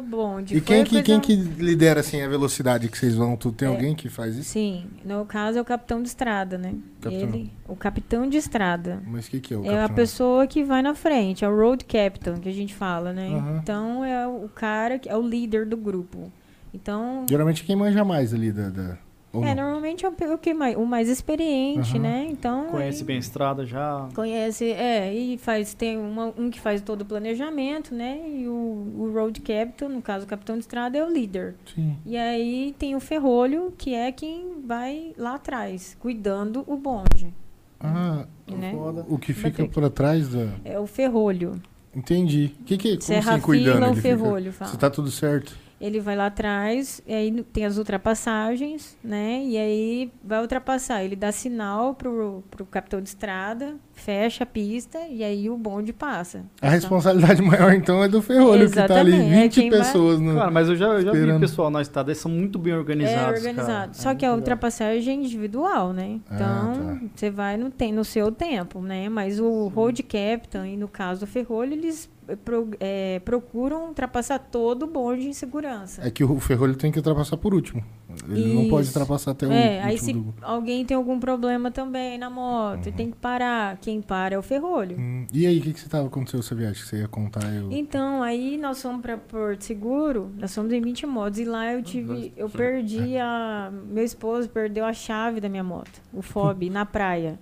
E bonde. tipo, Foi quem a que, coisa- quem um que lidera assim a velocidade que vocês vão? Tu tem É. alguém que faz isso? Sim, no caso é o capitão de estrada, né? Capitão. Ele, o capitão de estrada. Mas o que, que é o É a capitão? pessoa que vai na frente, é o road captain que a gente fala, né? Aham. Então é o cara que é o líder do grupo. Então, Geralmente é quem manja mais ali da. da- ou é não? normalmente é o pe- o que mais, o mais experiente, Aham. né? Então Conhece ele bem a estrada já. conhece, é, e faz tem uma- um que faz todo o planejamento, né? E o, o road captain, no caso o capitão de estrada é o líder. Sim. E aí tem o ferrolho, que é quem vai lá atrás, cuidando o bonde. Ah, Né? o que fica Patrick. pra trás da. É o ferrolho. Entendi. O que, que como Serra assim, cuidando? fila é ou ele fica- ferrolho, fala. Se tá tudo certo. Ele vai lá atrás, e aí no- tem as ultrapassagens, né? E aí vai ultrapassar. Ele dá sinal pro, pro capitão de estrada, fecha a pista e aí o bonde passa. A responsabilidade maior, então, é do ferrolho, que tá ali Exatamente, é 20 quem vai- pessoas né? no. Cara, mas eu já, eu já vi Ah, Esperando. pessoal na estrada, eles são muito bem organizados. é cara. organizado. Só que muito a legal. ultrapassagem é individual, né? Ah, Então, você vai no, tem, no seu tempo, né? Mas o road captain, e no caso do ferrolho, eles eh, pro- eh, procuram ultrapassar todo o bonde em segurança. É que o ferrolho tem que ultrapassar por último. Ele não pode Isso. ultrapassar até o é, um último aí se do- Uhum. alguém tem algum problema também na moto, tem que parar. Quem para é o ferrolho. Hum, E aí, o que, que você tava aconteceu essa viagem? Que você ia contar eu. Então, aí nós fomos para Porto Seguro, nós fomos em 20 motos, e lá eu tive. Eu perdi a. Meu esposo perdeu a chave da minha moto, o FOB, na praia.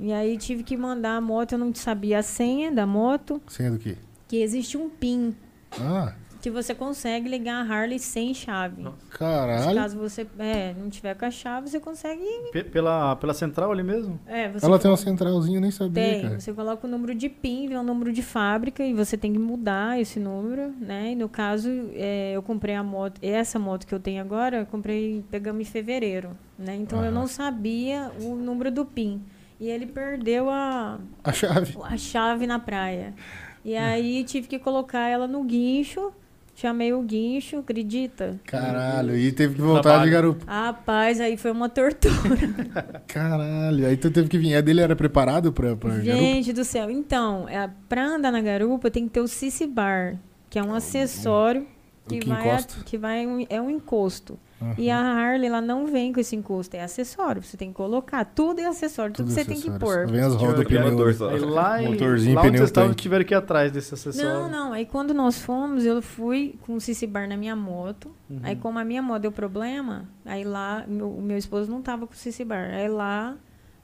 E aí tive que mandar a moto, eu não sabia a senha da moto, Senha é do quê? que existe um PIN Ah, que você consegue ligar a Harley sem chave. Se caralho. caso você é, não tiver com a chave, você consegue. Pe- Pela, pela central ali mesmo? É, você Ela tem uma centralzinha, eu nem sabia, Tem, cara. você coloca o número de PIN, vem o número de fábrica e você tem que mudar esse número, né? E no caso, é, eu comprei a moto, essa moto que eu tenho agora, eu comprei, pegamos em fevereiro, né? Então eu Aham. não sabia o número do PIN. E ele perdeu a, A chave. a chave na praia. E aí tive que colocar ela no guincho, chamei o guincho, acredita? Caralho, e teve que voltar de Trabalho. garupa. Rapaz, aí foi uma tortura. Caralho, aí tu teve que vir. A dele era preparado pra, pra garupa? Gente do céu. Então, é, pra andar na garupa tem que ter o Cici Bar, que é um acessório o que, que vai, encosta. a- que vai um- é um encosto. Aham. E a Harley, ela não vem com esse encosto, é acessório. Você tem que colocar. Tudo é acessório, tudo, você tem que acessórios. pôr. Só Vem as rodas Tinha pneu. motor só. Aí lá, em- Motorzinho, lá onde pneu, vocês estavam, tanque. tiveram que ir atrás desse acessório. Não, não. Aí quando nós fomos, eu fui com o Cici Bar na minha moto. Uhum. Aí como a minha moto deu problema, aí lá, meu, o meu esposo não tava com o Cici Bar. Aí lá,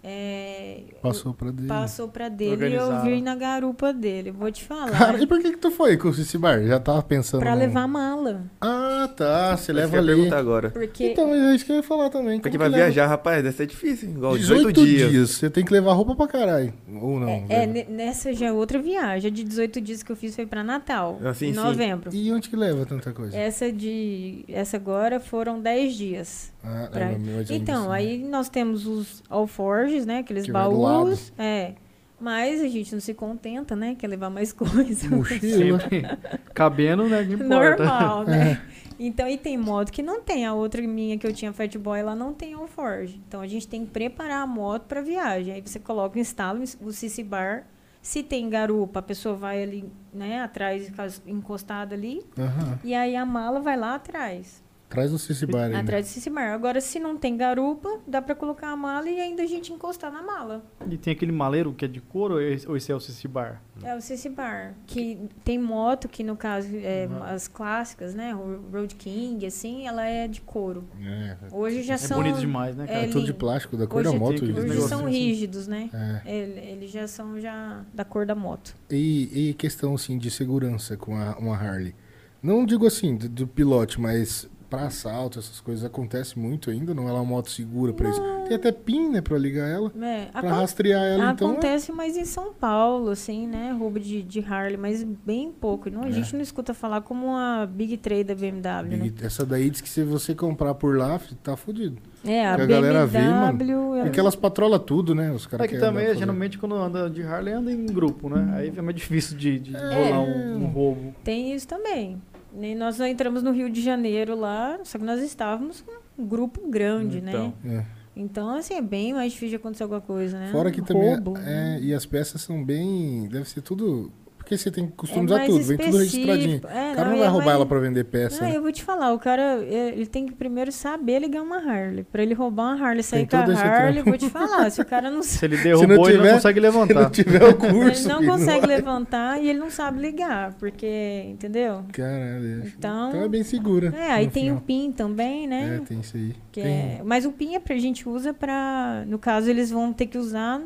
é, Passou pra dele. passou pra dele e eu Organizaram. vi na garupa dele. Vou te falar. Cara, e por que que tu foi com o Cici Bar? Já tava pensando... Pra no- levar a mala. Ah, tá, você Isso leva que eu ia ali. perguntar agora. Porque Então, mas é isso que eu ia falar também. Porque como vai que leva? viajar, rapaz, deve ser difícil, hein? Igual 18, 18 dias. dias. Você tem que levar roupa pra caralho. Ou não. é, velho. ne- nessa já é outra viagem. A de 18 dias que eu fiz foi pra Natal, Ah, sim, em sim. novembro. E onde que leva tanta coisa? Essa de essa agora foram 10 dias. Ah, pra- é, meu, ainda Então, assim. né? aí nós temos os alforges, né, aqueles Que vai do baús, é. Mas a gente não se contenta, né, quer levar mais coisa. Mochila. Sempre cabendo, né? Não importa. Normal, né? Então, e tem moto que não tem. A outra minha que eu tinha Fat Boy, ela não tem Alforge. Então, a gente tem que preparar a moto para viagem. Aí você coloca, instala o CC Bar. Se tem garupa, a pessoa vai ali, né, atrás, fica encostada ali. Aham. E aí a mala vai lá atrás. Traz o Cici Bar né? ainda. Atrás do CC Bar. Agora, se não tem garupa, dá para colocar a mala e ainda a gente encostar na mala. E tem aquele maleiro que é de couro ou esse ou esse é o CC Bar? É o CC Bar, que tem moto, que no caso, é, as clássicas, né, o Road King, assim, ela é de couro. É, Hoje já É são. bonito demais, né, cara? é É tudo de lindo. plástico, da cor Hoje da moto. tem que- eles Hoje negócio são assim. rígidos, né? É. Ele- Eles já são já da cor da moto. E, e questão assim de segurança com a, uma Harley. Não digo assim do, do pilote, mas pra assalto, essas coisas acontece muito ainda, não ela é uma moto segura pra isso. Tem até pin, né, para ligar ela, É, pra acon- rastrear ela então. é- acontece mais em São Paulo, assim, né? Roubo de, de Harley, mas bem pouco. Não, A É. gente não escuta falar como a Big Trade da BMW, né? Big- Essa daí diz que se você comprar por lá, fi, tá fudido. É, a, Que a galera BMW. vê, mano. ela- Porque elas patrolam tudo, né? Os caras É que querem também, andar fazendo- geralmente, quando anda de Harley, anda em grupo, né? Aí é mais difícil de, de bolar um, um roubo. Tem isso também. E nós entramos no Rio de Janeiro lá, só que nós estávamos com um grupo grande, né? Então. É. Então, assim, é bem é- mais difícil de acontecer alguma coisa, né? Fora que também. Roubo, é, e as peças são bem. Deve ser tudo. Porque porque você tem que É customizar mais tudo, vem tudo específico. registradinho. É, o cara não, não e vai é roubar mais- ela pra vender peça. Ah, né? eu vou te falar, o cara, eh, ele tem que primeiro saber ligar uma Harley. Pra ele roubar uma Harley, sair Tem com a todo esse Harley, trampo. vou te falar. Se o cara não sabe, Se ele derrubou, ele tiver- não Se consegue levantar. não tiver o ele curso. não filho, consegue levantar e ele não sabe ligar, porque, entendeu? Caralho. Então- Então é bem segura. É, aí no tem final. o PIN também, né? É, tem isso aí. Que Tem- é- Mas o PIN é pra, a gente usa pra. No caso, eles vão ter que usar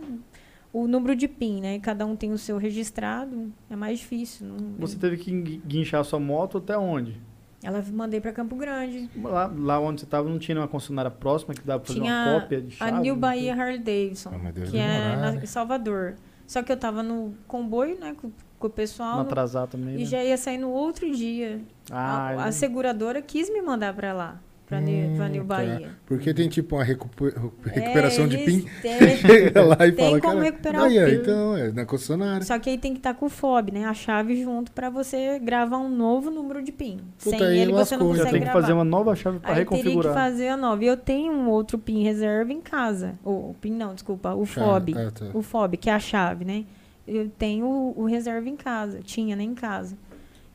o número de PIN, né? Cada um tem o seu registrado. É mais difícil. não- Você teve que engui- guinchar sua moto até onde? Ela mandei pra Campo Grande. Lá, lá onde você estava não tinha uma concessionária próxima que dava pra fazer uma Tinha cópia de chave? né? a New não Bahia sei. Harley Davidson, Ah, mas deve que é demorar, na- né? em Salvador. Só que eu tava no comboio, né, com, com o pessoal, Não no- atrasar também, e né? já ia sair no outro dia. Ah, a, a ele- seguradora quis me mandar pra lá, pra, New, pra New é. Hum, tá. Bahia. Porque tem tipo uma recupe- recuperação É, de eles PIN. têm- Chega lá e Tem fala. como cara, recuperar o aí, aí, PIN. Então, é na concessionária. Só que aí tem que estar com o FOB, né? A chave junto pra você gravar um novo número de PIN. Sem aí ele você não lascou, já já consegue tem que gravar. fazer uma nova chave pra Aí teria que reconfigurar. fazer a nova. E eu tenho um outro PIN reserva em casa. O o PIN não, desculpa, o Chave, FOB. ah, tá. O FOB, que é a chave, né? Eu tenho o, o reserva em casa. Tinha, né, em casa.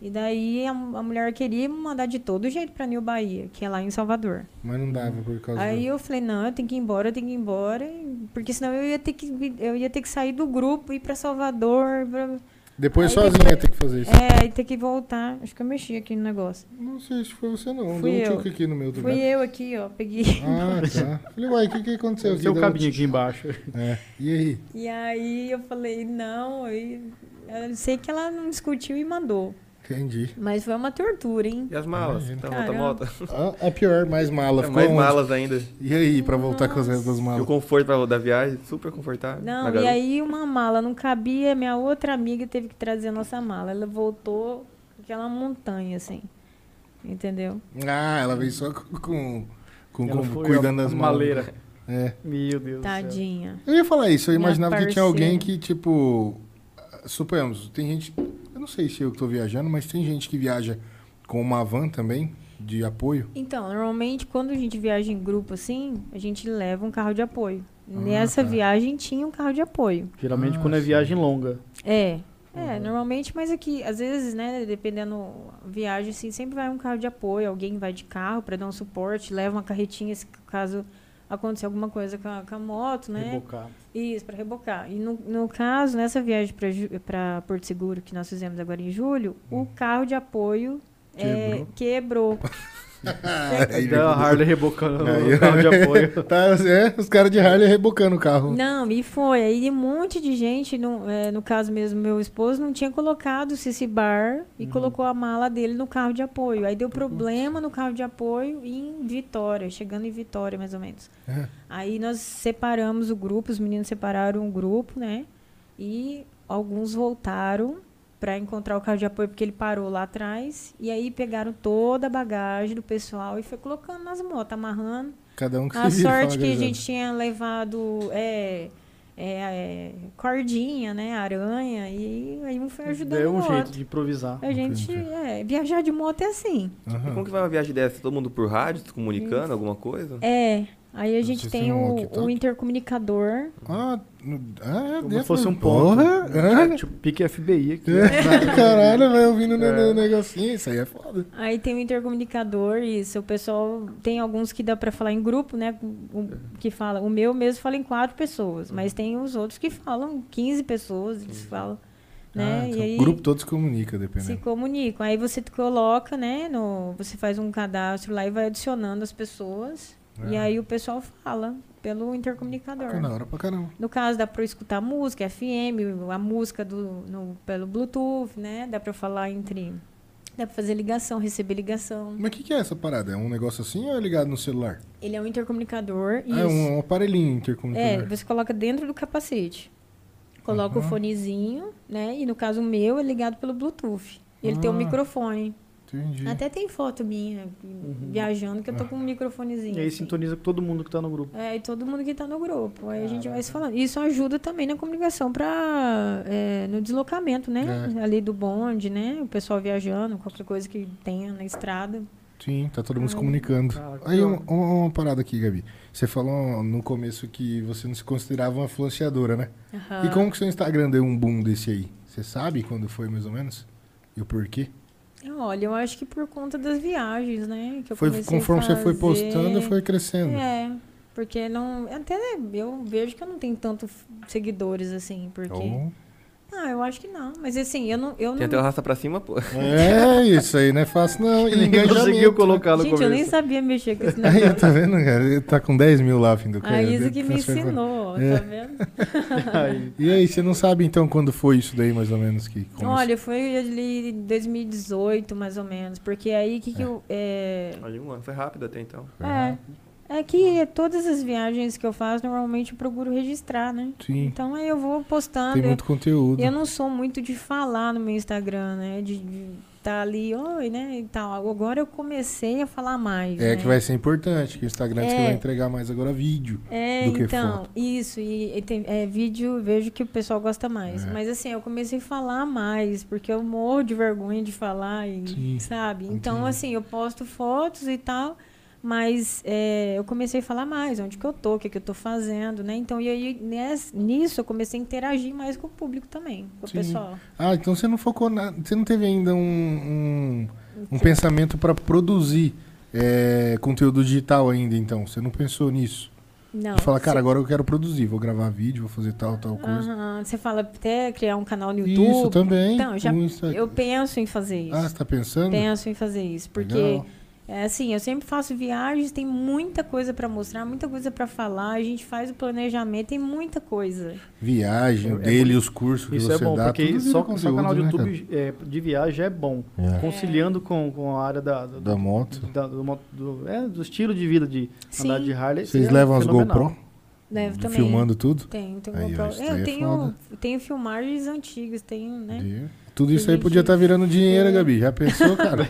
E daí a, a mulher queria me mandar de todo jeito pra New Bahia, que é lá em Salvador. Mas não dava por causa Aí do... eu falei, não, eu tenho que ir embora, eu tenho que ir embora, e- porque senão eu ia ter que, vi- eu ia ter que sair do grupo, ir pra Salvador, pra- Depois aí sozinha depois- tem que fazer isso. é, e ter que voltar. Acho que eu mexi aqui no negócio. Não sei se foi você não. Fui Deu um eu. tchuc aqui no meu Fui lugar. eu aqui, ó, peguei. Ah, tá. Falei, uai, o que, que aconteceu? Seu Deu- um cabinho aqui embaixo. É. E aí? E aí eu falei, não, e eu sei que ela não discutiu e mandou. Entendi. Mas foi uma tortura, hein? E as malas? É, Imagina. então. Tá Caramba. volta moto. Ah, é pior, mais mala. É Ficou mais onde? malas ainda. E aí, pra voltar com as restos das E o malas? conforto pra- da viagem, super confortável. na Não, e garupa. aí uma mala não cabia, minha outra amiga teve que trazer a nossa mala. Ela voltou com aquela montanha, assim. Entendeu? Ah, ela veio só com, com, com- Ela com- foi cuidando a das malas. maleira. É. Meu Deus do céu. Tadinha. Eu ia falar isso, eu Minha imaginava que tinha parceira. alguém que, tipo. Suponhamos, tem gente. Eu não sei se eu que tô viajando, mas tem gente que viaja com uma van também, de apoio. Então, normalmente quando a gente viaja em grupo assim, a gente leva um carro de apoio. Nessa tá. viagem tinha um carro de apoio. Geralmente Ah, quando é sim. viagem longa. É. É, normalmente, mas aqui, às vezes, né, dependendo a viagem, assim, sempre vai um carro de apoio, alguém vai de carro para dar um suporte, leva uma carretinha se caso acontecer alguma coisa com a, com a moto, né? Rebocar. Isso, para rebocar. E no, no caso, nessa viagem para Porto Seguro que nós fizemos agora em julho, o carro de apoio é, quebrou. Aí Até É a Harley rebocando o carro Tá de apoio. tá, é, os caras de Harley rebocando o carro. Não, e foi. Aí um monte de gente, no, é, no caso mesmo, meu esposo, não tinha colocado o CC Bar e Uhum. colocou a mala dele no carro de apoio. Aí deu problema no carro de apoio em Vitória, chegando em Vitória, mais ou menos. É. Aí nós separamos o grupo, os meninos separaram o grupo, né? E alguns voltaram para encontrar o carro de apoio, porque ele parou lá atrás. E aí pegaram toda a bagagem do pessoal e foi colocando nas motos, amarrando. Cada um que A se vira, sorte fala, que a "Grisado". gente tinha levado é, é, é, cordinha, né? Aranha, e aí um foi ajudando Deu o um outro. jeito de improvisar. A gente, é, viajar de moto é assim. Aham. Como que vai uma viagem dessa? Todo mundo por rádio, se comunicando, alguma coisa? É, aí a gente Vocês tem têm um o, walkie-talkie? o intercomunicador. Ah, no- ah, é Como dentro, se fosse né? um ponto. Porra, É, hã? tipo, pique FBI aqui. Né? É, Caralho, vai ouvindo no, no É. negocinho, isso aí é foda. Aí tem o intercomunicador, isso. O pessoal tem alguns que dá pra falar em grupo, né? O- que fala. O meu mesmo fala em quatro pessoas, Uhum. mas tem os outros que falam 15 pessoas, eles falam. Né? Ah, e então aí, O grupo todo se comunica, se dependendo. comunicam. Aí você coloca, né? No, você faz um cadastro lá e vai adicionando as pessoas. E É. aí o pessoal fala pelo intercomunicador. Fica na hora pra caramba. No caso, dá para escutar música, FM, a música do, no- pelo Bluetooth, né? Dá para falar entre. Dá para fazer ligação, receber ligação. Mas o que, que é essa parada? É um negócio assim ou é ligado no celular? Ele é um intercomunicador. Ah, É Isso. um, um aparelhinho É, intercomunicador. você coloca dentro do capacete. Coloca o Aham. fonezinho, né? E no caso o meu é ligado pelo Bluetooth. E ele tem um Ah. microfone. Entendi. Até tem foto minha Uhum. viajando que Ah. eu tô com um microfonezinho. E É aí assim. sintoniza com todo mundo que tá no grupo. É, e todo mundo que tá no grupo. Aí a gente vai se falando. Isso ajuda também na comunicação para no deslocamento, né? É. Ali do bonde, né? O pessoal viajando, qualquer coisa que tenha na estrada. Sim, tá todo mundo se comunicando. Caraca, Aí um que uma, uma- uma parada aqui, Gabi. Você falou no Ah. começo que você não se considerava uma influenciadora, né? E como que seu Instagram deu um boom desse aí? Você sabe quando foi, mais ou menos? E o porquê? Olha, eu acho que por conta das viagens, né? Que eu Foi comecei a conforme você foi fazer. postando, foi crescendo. É, porque não. Até eu vejo que eu não tenho tanto f- seguidores assim, porque. Então, Ah, eu acho que não. Mas assim, eu não. Eu Tem não... até o raça pra cima, pô. é isso aí, não é fácil não. E Ninguém engajamento, conseguiu né? colocar no Gente, eu nem começo. sabia mexer com esse Aí, negócio. ó, tá vendo, cara? Ele tá com 10 mil lá, fim do cara. A Isa que me Transfere pra- ensinou, ó, É. tá vendo? Aí, E aí, você não sabe então quando foi isso daí, mais ou menos, que começou? Olha, foi ali em 2018, mais ou menos. Porque aí que, que eu. É... Aí, mano, foi rápido até então. É. É que todas as viagens que eu faço, normalmente eu procuro registrar, né? Sim, Então aí eu vou postando. tem eu- muito conteúdo. Eu não sou muito de falar no meu Instagram, né? De estar ali, oi, né? E tal. Agora eu comecei a falar mais. É né? que vai ser importante, que o Instagram diz que É. vai entregar mais agora vídeo. É, do que então, isso, e, e tem, é, vídeo eu vejo que o pessoal gosta mais. É. Mas assim, eu comecei a falar mais, porque eu morro de vergonha de falar, e, Sim, sabe? Então, entendi. assim, eu posto fotos e tal, mas é, eu comecei a falar mais, onde que eu tô, o que, que eu tô fazendo, né? Então, e aí, nes- nisso, eu comecei a interagir mais com o público também, com o Sim. pessoal. Ah, então você não focou na. Você não teve ainda um, um, um pensamento para produzir é, conteúdo digital ainda, então. Você não pensou nisso. Não, De falar, se- cara, agora eu quero produzir, vou gravar vídeo, vou fazer tal, tal coisa. Aham, Você fala até criar um canal no YouTube. Isso também. Então, já- o Insta- Eu penso em fazer isso. Ah, você tá pensando? penso em fazer isso. Porque, Legal. é, assim, eu sempre faço viagens, tem muita coisa pra mostrar, muita coisa pra falar. A gente faz o planejamento, tem muita coisa. Viagem, É o dele, os cursos que isso você é bom, dá. porque tudo vira só, só conteúdo, canal do né, YouTube é, de viagem é bom. cara? É. Conciliando com, com a área da, da- Da moto. da- do, mo- do- é, do estilo de vida de Sim. andar de Harley. Vocês é levam as fenomenal. GoPro? Deve também. Filmando tudo? Tem, tem Aí, ó, GoPro. isso É, daí é eu tenho, foda. tenho filmagens antigas, tenho, né? De- Tudo isso aí Gente, podia estar virando dinheiro, Gabi. Já pensou, cara?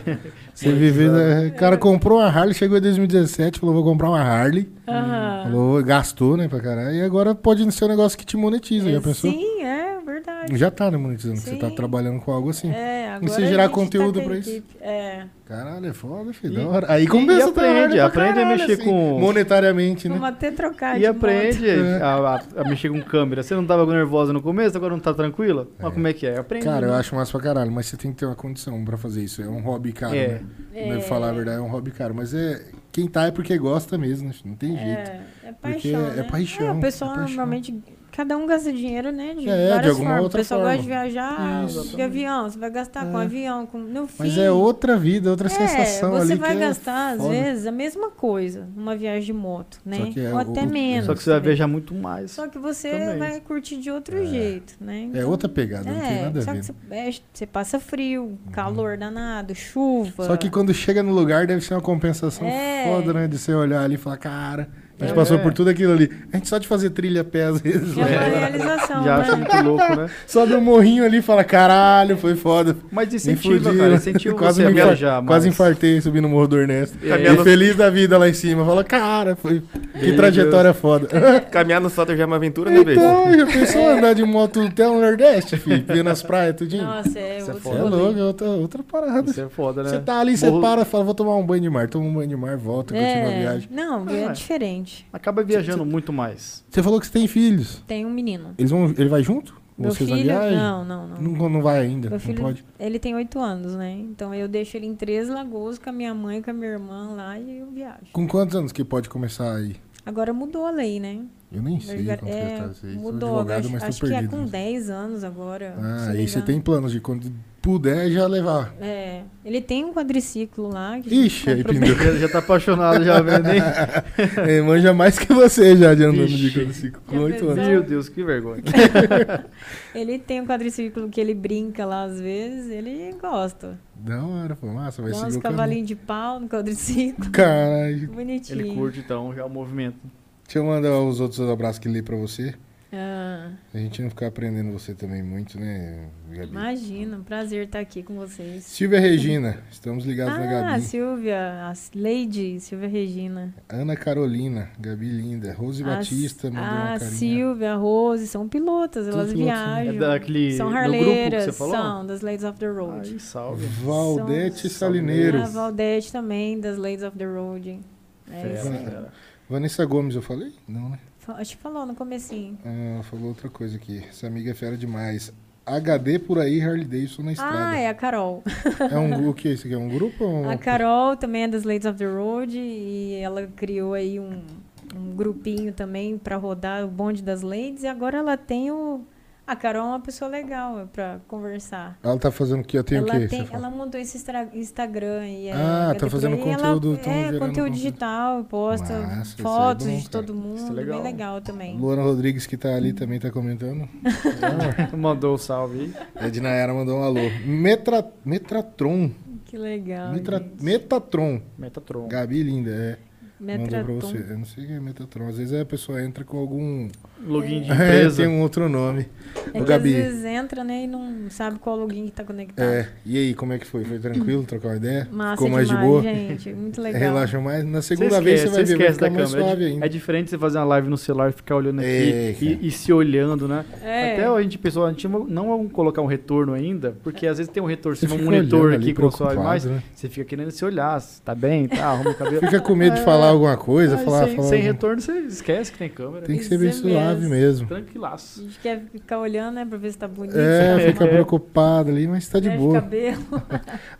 Você viver. é. da- O cara comprou uma Harley, chegou em 2017, falou: vou comprar uma Harley. Aham. Falou, gastou, né, pra caralho. E agora pode ser um negócio que te monetiza. É, Já pensou? Sim, é verdade. Já tá, né, monetizando. porque Você tá Sim. trabalhando com algo assim. É, agora você a gerar gente tá conteúdo com a pra isso? equipe. É, Caralho, é foda, filho. E- da hora. Aí e- compensa e aprende, a Harley pra aprende a caralho, assim, mexer com- Monetariamente, né? vamos até trocar Tá de E aprende a, a- a mexer com câmera. Você não tava nervosa no começo, agora não tá tranquila? Mas como é que é? Aprende. Cara, eu né? acho massa pra caralho, mas você tem que ter uma condição pra fazer isso. É um hobby caro, É. né? É. Pra falar a verdade, é um hobby caro. Mas é. Quem tá é porque gosta mesmo, né? não tem jeito. É, é Porque paixão. é né? paixão, o pessoal é paixão. normalmente. Cada um gasta dinheiro, né? De É, de várias alguma formas. outra o pessoal forma. gosta de viajar de avião. Você vai gastar com É. avião, com. No fim. Mas é outra vida, outra sensação é, você ali. vai que é gastar, às foda. vezes, a mesma coisa numa viagem de moto, né? que é Ou até o- menos. Só que você vai viajar muito mais. Só que você Também. vai curtir de outro jeito, né? É outra pegada, não tem É, nada a só ver. né? que você, é, você passa frio, calor danado, chuva. Só que quando chega no lugar, deve ser uma compensação É. foda, né? De você olhar ali e falar, cara, a gente É. passou por tudo aquilo ali. A gente só de fazer trilha a pé às vezes. é uma né? realização, Já acho né? muito louco, né? Sobe um morrinho ali e fala, caralho, foi foda. Mas Me incentiva, fudi, cara. né? Incentiva quase você a me infar- viajar mais. Quase infartei subindo o Morro do Ernesto. Caminhando- E feliz da vida lá em cima. Fala, cara, foi... que Deus. trajetória foda. Caminhar no sótão já é uma aventura, né, Beijo? então, já pensou andar de moto até o Nordeste, filho? Vendo as praias, tudinho? Nossa, é Isso é outro Você é foda. rolê. louco, é outra, outra parada. Isso é foda, né? Você tá ali, você Morro- para, fala, vou tomar um banho de mar. Toma um banho de mar, volta, continua a É, viagem. Não, Ah, é é. diferente. Acaba viajando muito mais. Você falou que você tem filhos. Tem um menino. Eles vão, ele vai junto? Meu Vocês na filho. viagem? Não, não, não. Não, não vai ainda, Meu não filho, pode. ele tem oito anos, né? Então eu deixo ele em Três Lagoas com a minha mãe, com a minha irmã lá e eu viajo. Com quantos anos que pode começar aí? Agora mudou a lei, né? Eu nem sei Agora- quanto é, que tá. Sei, mudou. sou advogado, acho mas acho tô que é perdido. com 10 anos agora. se Ah, não aí me você engano. tem planos de quando puder já levar. É, ele tem um quadriciclo lá. Que a gente Ixi, aí comprou- pendeu. Já, já tá apaixonado, já vendo, hein? É, manja mais que você já de andando Ixi. de quadriciclo com Já oito pensou? anos. Meu Deus, que vergonha. Ele tem um quadriciclo que ele brinca lá às vezes, ele gosta. Da hora, pô, massa, vai Dá seguir uns o caminho. cavalinhos de pau no quadriciclo. Caralho. Bonitinho. Ele curte, então, já o movimento. Deixa eu mandar os outros abraços que li pra você. Ah, A gente não ficar aprendendo você também muito, né, Gabi? imagina, um prazer estar aqui com vocês. Silvia Regina, estamos ligados na Ah, Gabi. Silvia, a Lady Silvia Regina. Ana Carolina, Gabi linda. Rose A- Batista mandou A uma carinha. Silvia, a Rose, são pilotas, São elas pilotos, né? É viajam. daquele São do grupo que você harleiras, falou? são das Ladies of the Road. Ah, Ai, salve. Valdete São- Salineiro. A Valdete também, das Ladies of the Road. É isso. Fera, isso. cara. Vanessa Gomes, eu falei? Não, né? Fa- Acho que falou no comecinho. Ah, falou outra coisa aqui. Essa amiga é fera demais. HD por aí, Harley Davidson na estrada. Ah, é a Carol. É um o que é isso aqui? É um grupo? Ou... A Carol também é das Ladies of the Road e ela criou aí um, um grupinho também para rodar o bonde das Ladies e agora ela tem o a Carol é uma pessoa legal para conversar. Ela tá fazendo o que eu tenho ela o quê? tem- Você fala? ela montou esse extra- Instagram e é Ah, tá HDP, fazendo e ela- conteúdo, então tão é, gerando conteúdo conteúdo. digital, posta Massa, isso é fotos bom, de cara. todo Isso é mundo, legal. bem legal também. Luana Rodrigues, que tá ali, também tá comentando. Mandou o salve aí. A Dinayara mandou um alô. Metra, Metratron. Que legal. Metra- gente. Metatron. Metatron. Gabi linda, é. Mandou pra Metratom. você. Eu não sei o que é Metatron. Às vezes a pessoa entra com algum. Login de É, empresa. tem um outro nome. É Ô, que Gabi. às vezes entra, né, e não sabe qual login que tá conectado. É. E aí, como é que foi? Foi tranquilo trocar uma ideia? Massa Ficou mais demais, de boa? É, gente. Muito legal. Relaxa mais. Na segunda vez você vai ver, vai esquece ficar da mais câmera. suave É di- ainda. É diferente você fazer uma live no celular e ficar olhando aqui É, e- cara. e, se olhando, né? É. Até a gente pensou, a gente não- não vamos colocar um retorno ainda, porque às vezes tem um retorno, Você você tem um fica monitor olhando ali, aqui com o console preocupado, mais, né? você fica querendo se olhar, se tá bem, tá, arruma o cabelo. Fica com medo de É, falar alguma coisa, aí falar. sem, falar sem alguma- retorno você esquece que tem câmera. Tem que ser bem Isso suave mesmo. mesmo. A Tranquilaço. gente quer ficar olhando, né, pra ver se tá bonito. É, se fica É. preocupado ali, mas tá de né, boa. cabelo.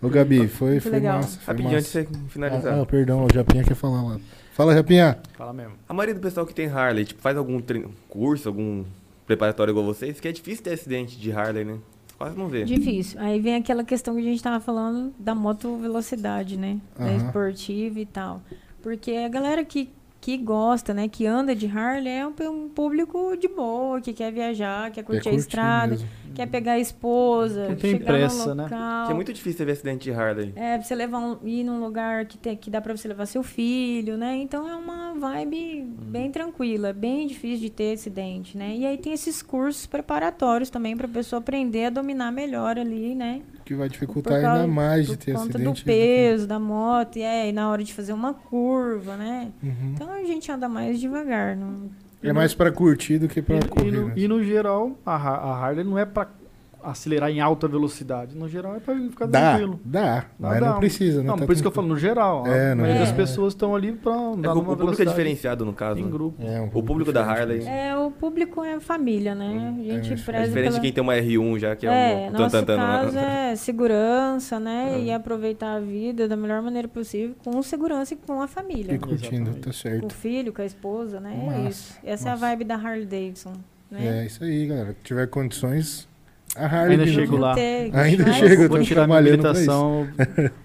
Ô, Gabi, foi, foi legal. massa. Foi Rapidinho, antes massa. de você finalizar. Ah, ah, perdão, o Japinha quer falar lá. Fala, Japinha. É Fala mesmo. ah. A maioria do pessoal que tem Harley, tipo, faz algum trein- curso, algum preparatório igual vocês, que é difícil ter acidente de Harley, né? Quase não vê. Difícil. Aí vem aquela questão que a gente tava falando da moto velocidade, né? Da Aham. esportiva e tal. Porque a galera que, que gosta, né? Que anda de Harley é um, um público de boa, que quer viajar, quer curtir, a curtir estrada, mesmo. quer pegar a esposa, Não tem chegar pressa, no né? local. É muito difícil você ver acidente de Harley. É, pra você levar um, ir num lugar que, tem, que dá pra você levar seu filho, né? Então é uma vibe bem Uhum. tranquila, é bem difícil de ter acidente, né? E aí tem esses cursos preparatórios também pra pessoa aprender a dominar melhor ali, né? Que vai dificultar Por causa- ainda mais de Por ter conta acidente. né, do peso da moto, e aí na hora de fazer uma curva, né? Uhum. Então a gente anda mais devagar. Não... É mais pra curtir do que pra E, e correr. no, né? e no geral, a, Har- a Harley não é pra acelerar em alta velocidade. No geral é pra ficar Dá, tranquilo. dá, mas dá. não precisa, né? Não, Tá por isso que eu falo, tranquilo. no geral. É, a no maioria das geral. pessoas estão ali pra É que andar o, o numa público é velocidade diferenciado, no caso. em né? grupo. É, um O público da Harley. É, o público é família, né? A gente isso. É É preza diferente pela... de quem tem uma R1 já, que é, É, um... nosso tan, tan, tan, É. caso tan. é segurança, né? E aproveitar a vida da melhor maneira possível, com segurança e com a família. E curtindo, Exatamente. tá Com o certo. filho, com a esposa, né? Massa, é isso. Essa é a massa. vibe da Harley Davidson, né? É isso aí, galera. Se tiver condições, a Harley. Ainda que- chego lá. Tem, Ainda mas- chega, eu Vou tô tirar minha trabalhando pra habilitação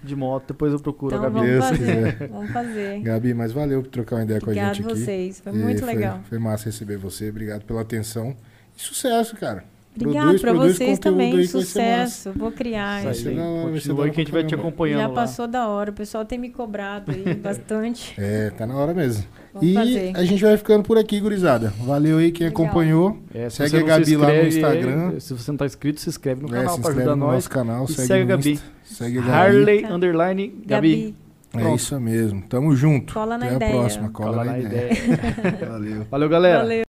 de moto, depois eu procuro Então a Gabi. vamos Deus fazer, quiser. vamos fazer. Gabi, mas valeu por trocar uma ideia com a Obrigado gente a aqui. vocês, foi E muito legal. Foi massa receber você. Obrigado pela atenção. E sucesso, cara. Obrigado para vocês conteúdo também, aí que vai ser massa. sucesso. Vou criar. Vai isso. ser da hora, vai ser da Continua hora aí que a gente é pra vai te caramba. acompanhando Já lá. passou da hora, o pessoal tem me cobrado aí bastante. É, tá na hora mesmo. Vamos e fazer. a gente vai ficando por aqui, gurizada. Valeu aí quem Legal. acompanhou. É, se Segue você a não se Gabi lá no inscreve, Instagram. é, Se você não tá inscrito, se inscreve no É, canal se pra inscreve ajudar no nós. nosso canal. E Segue, segue a no Gabi. Insta, Segue a Gabi. Harley Gabi. underline Gabi. É Pronto. isso mesmo. Tamo junto. Cola na Até ideia. a próxima. Cola, Cola na na ideia. ideia. Valeu. Valeu, galera. Valeu.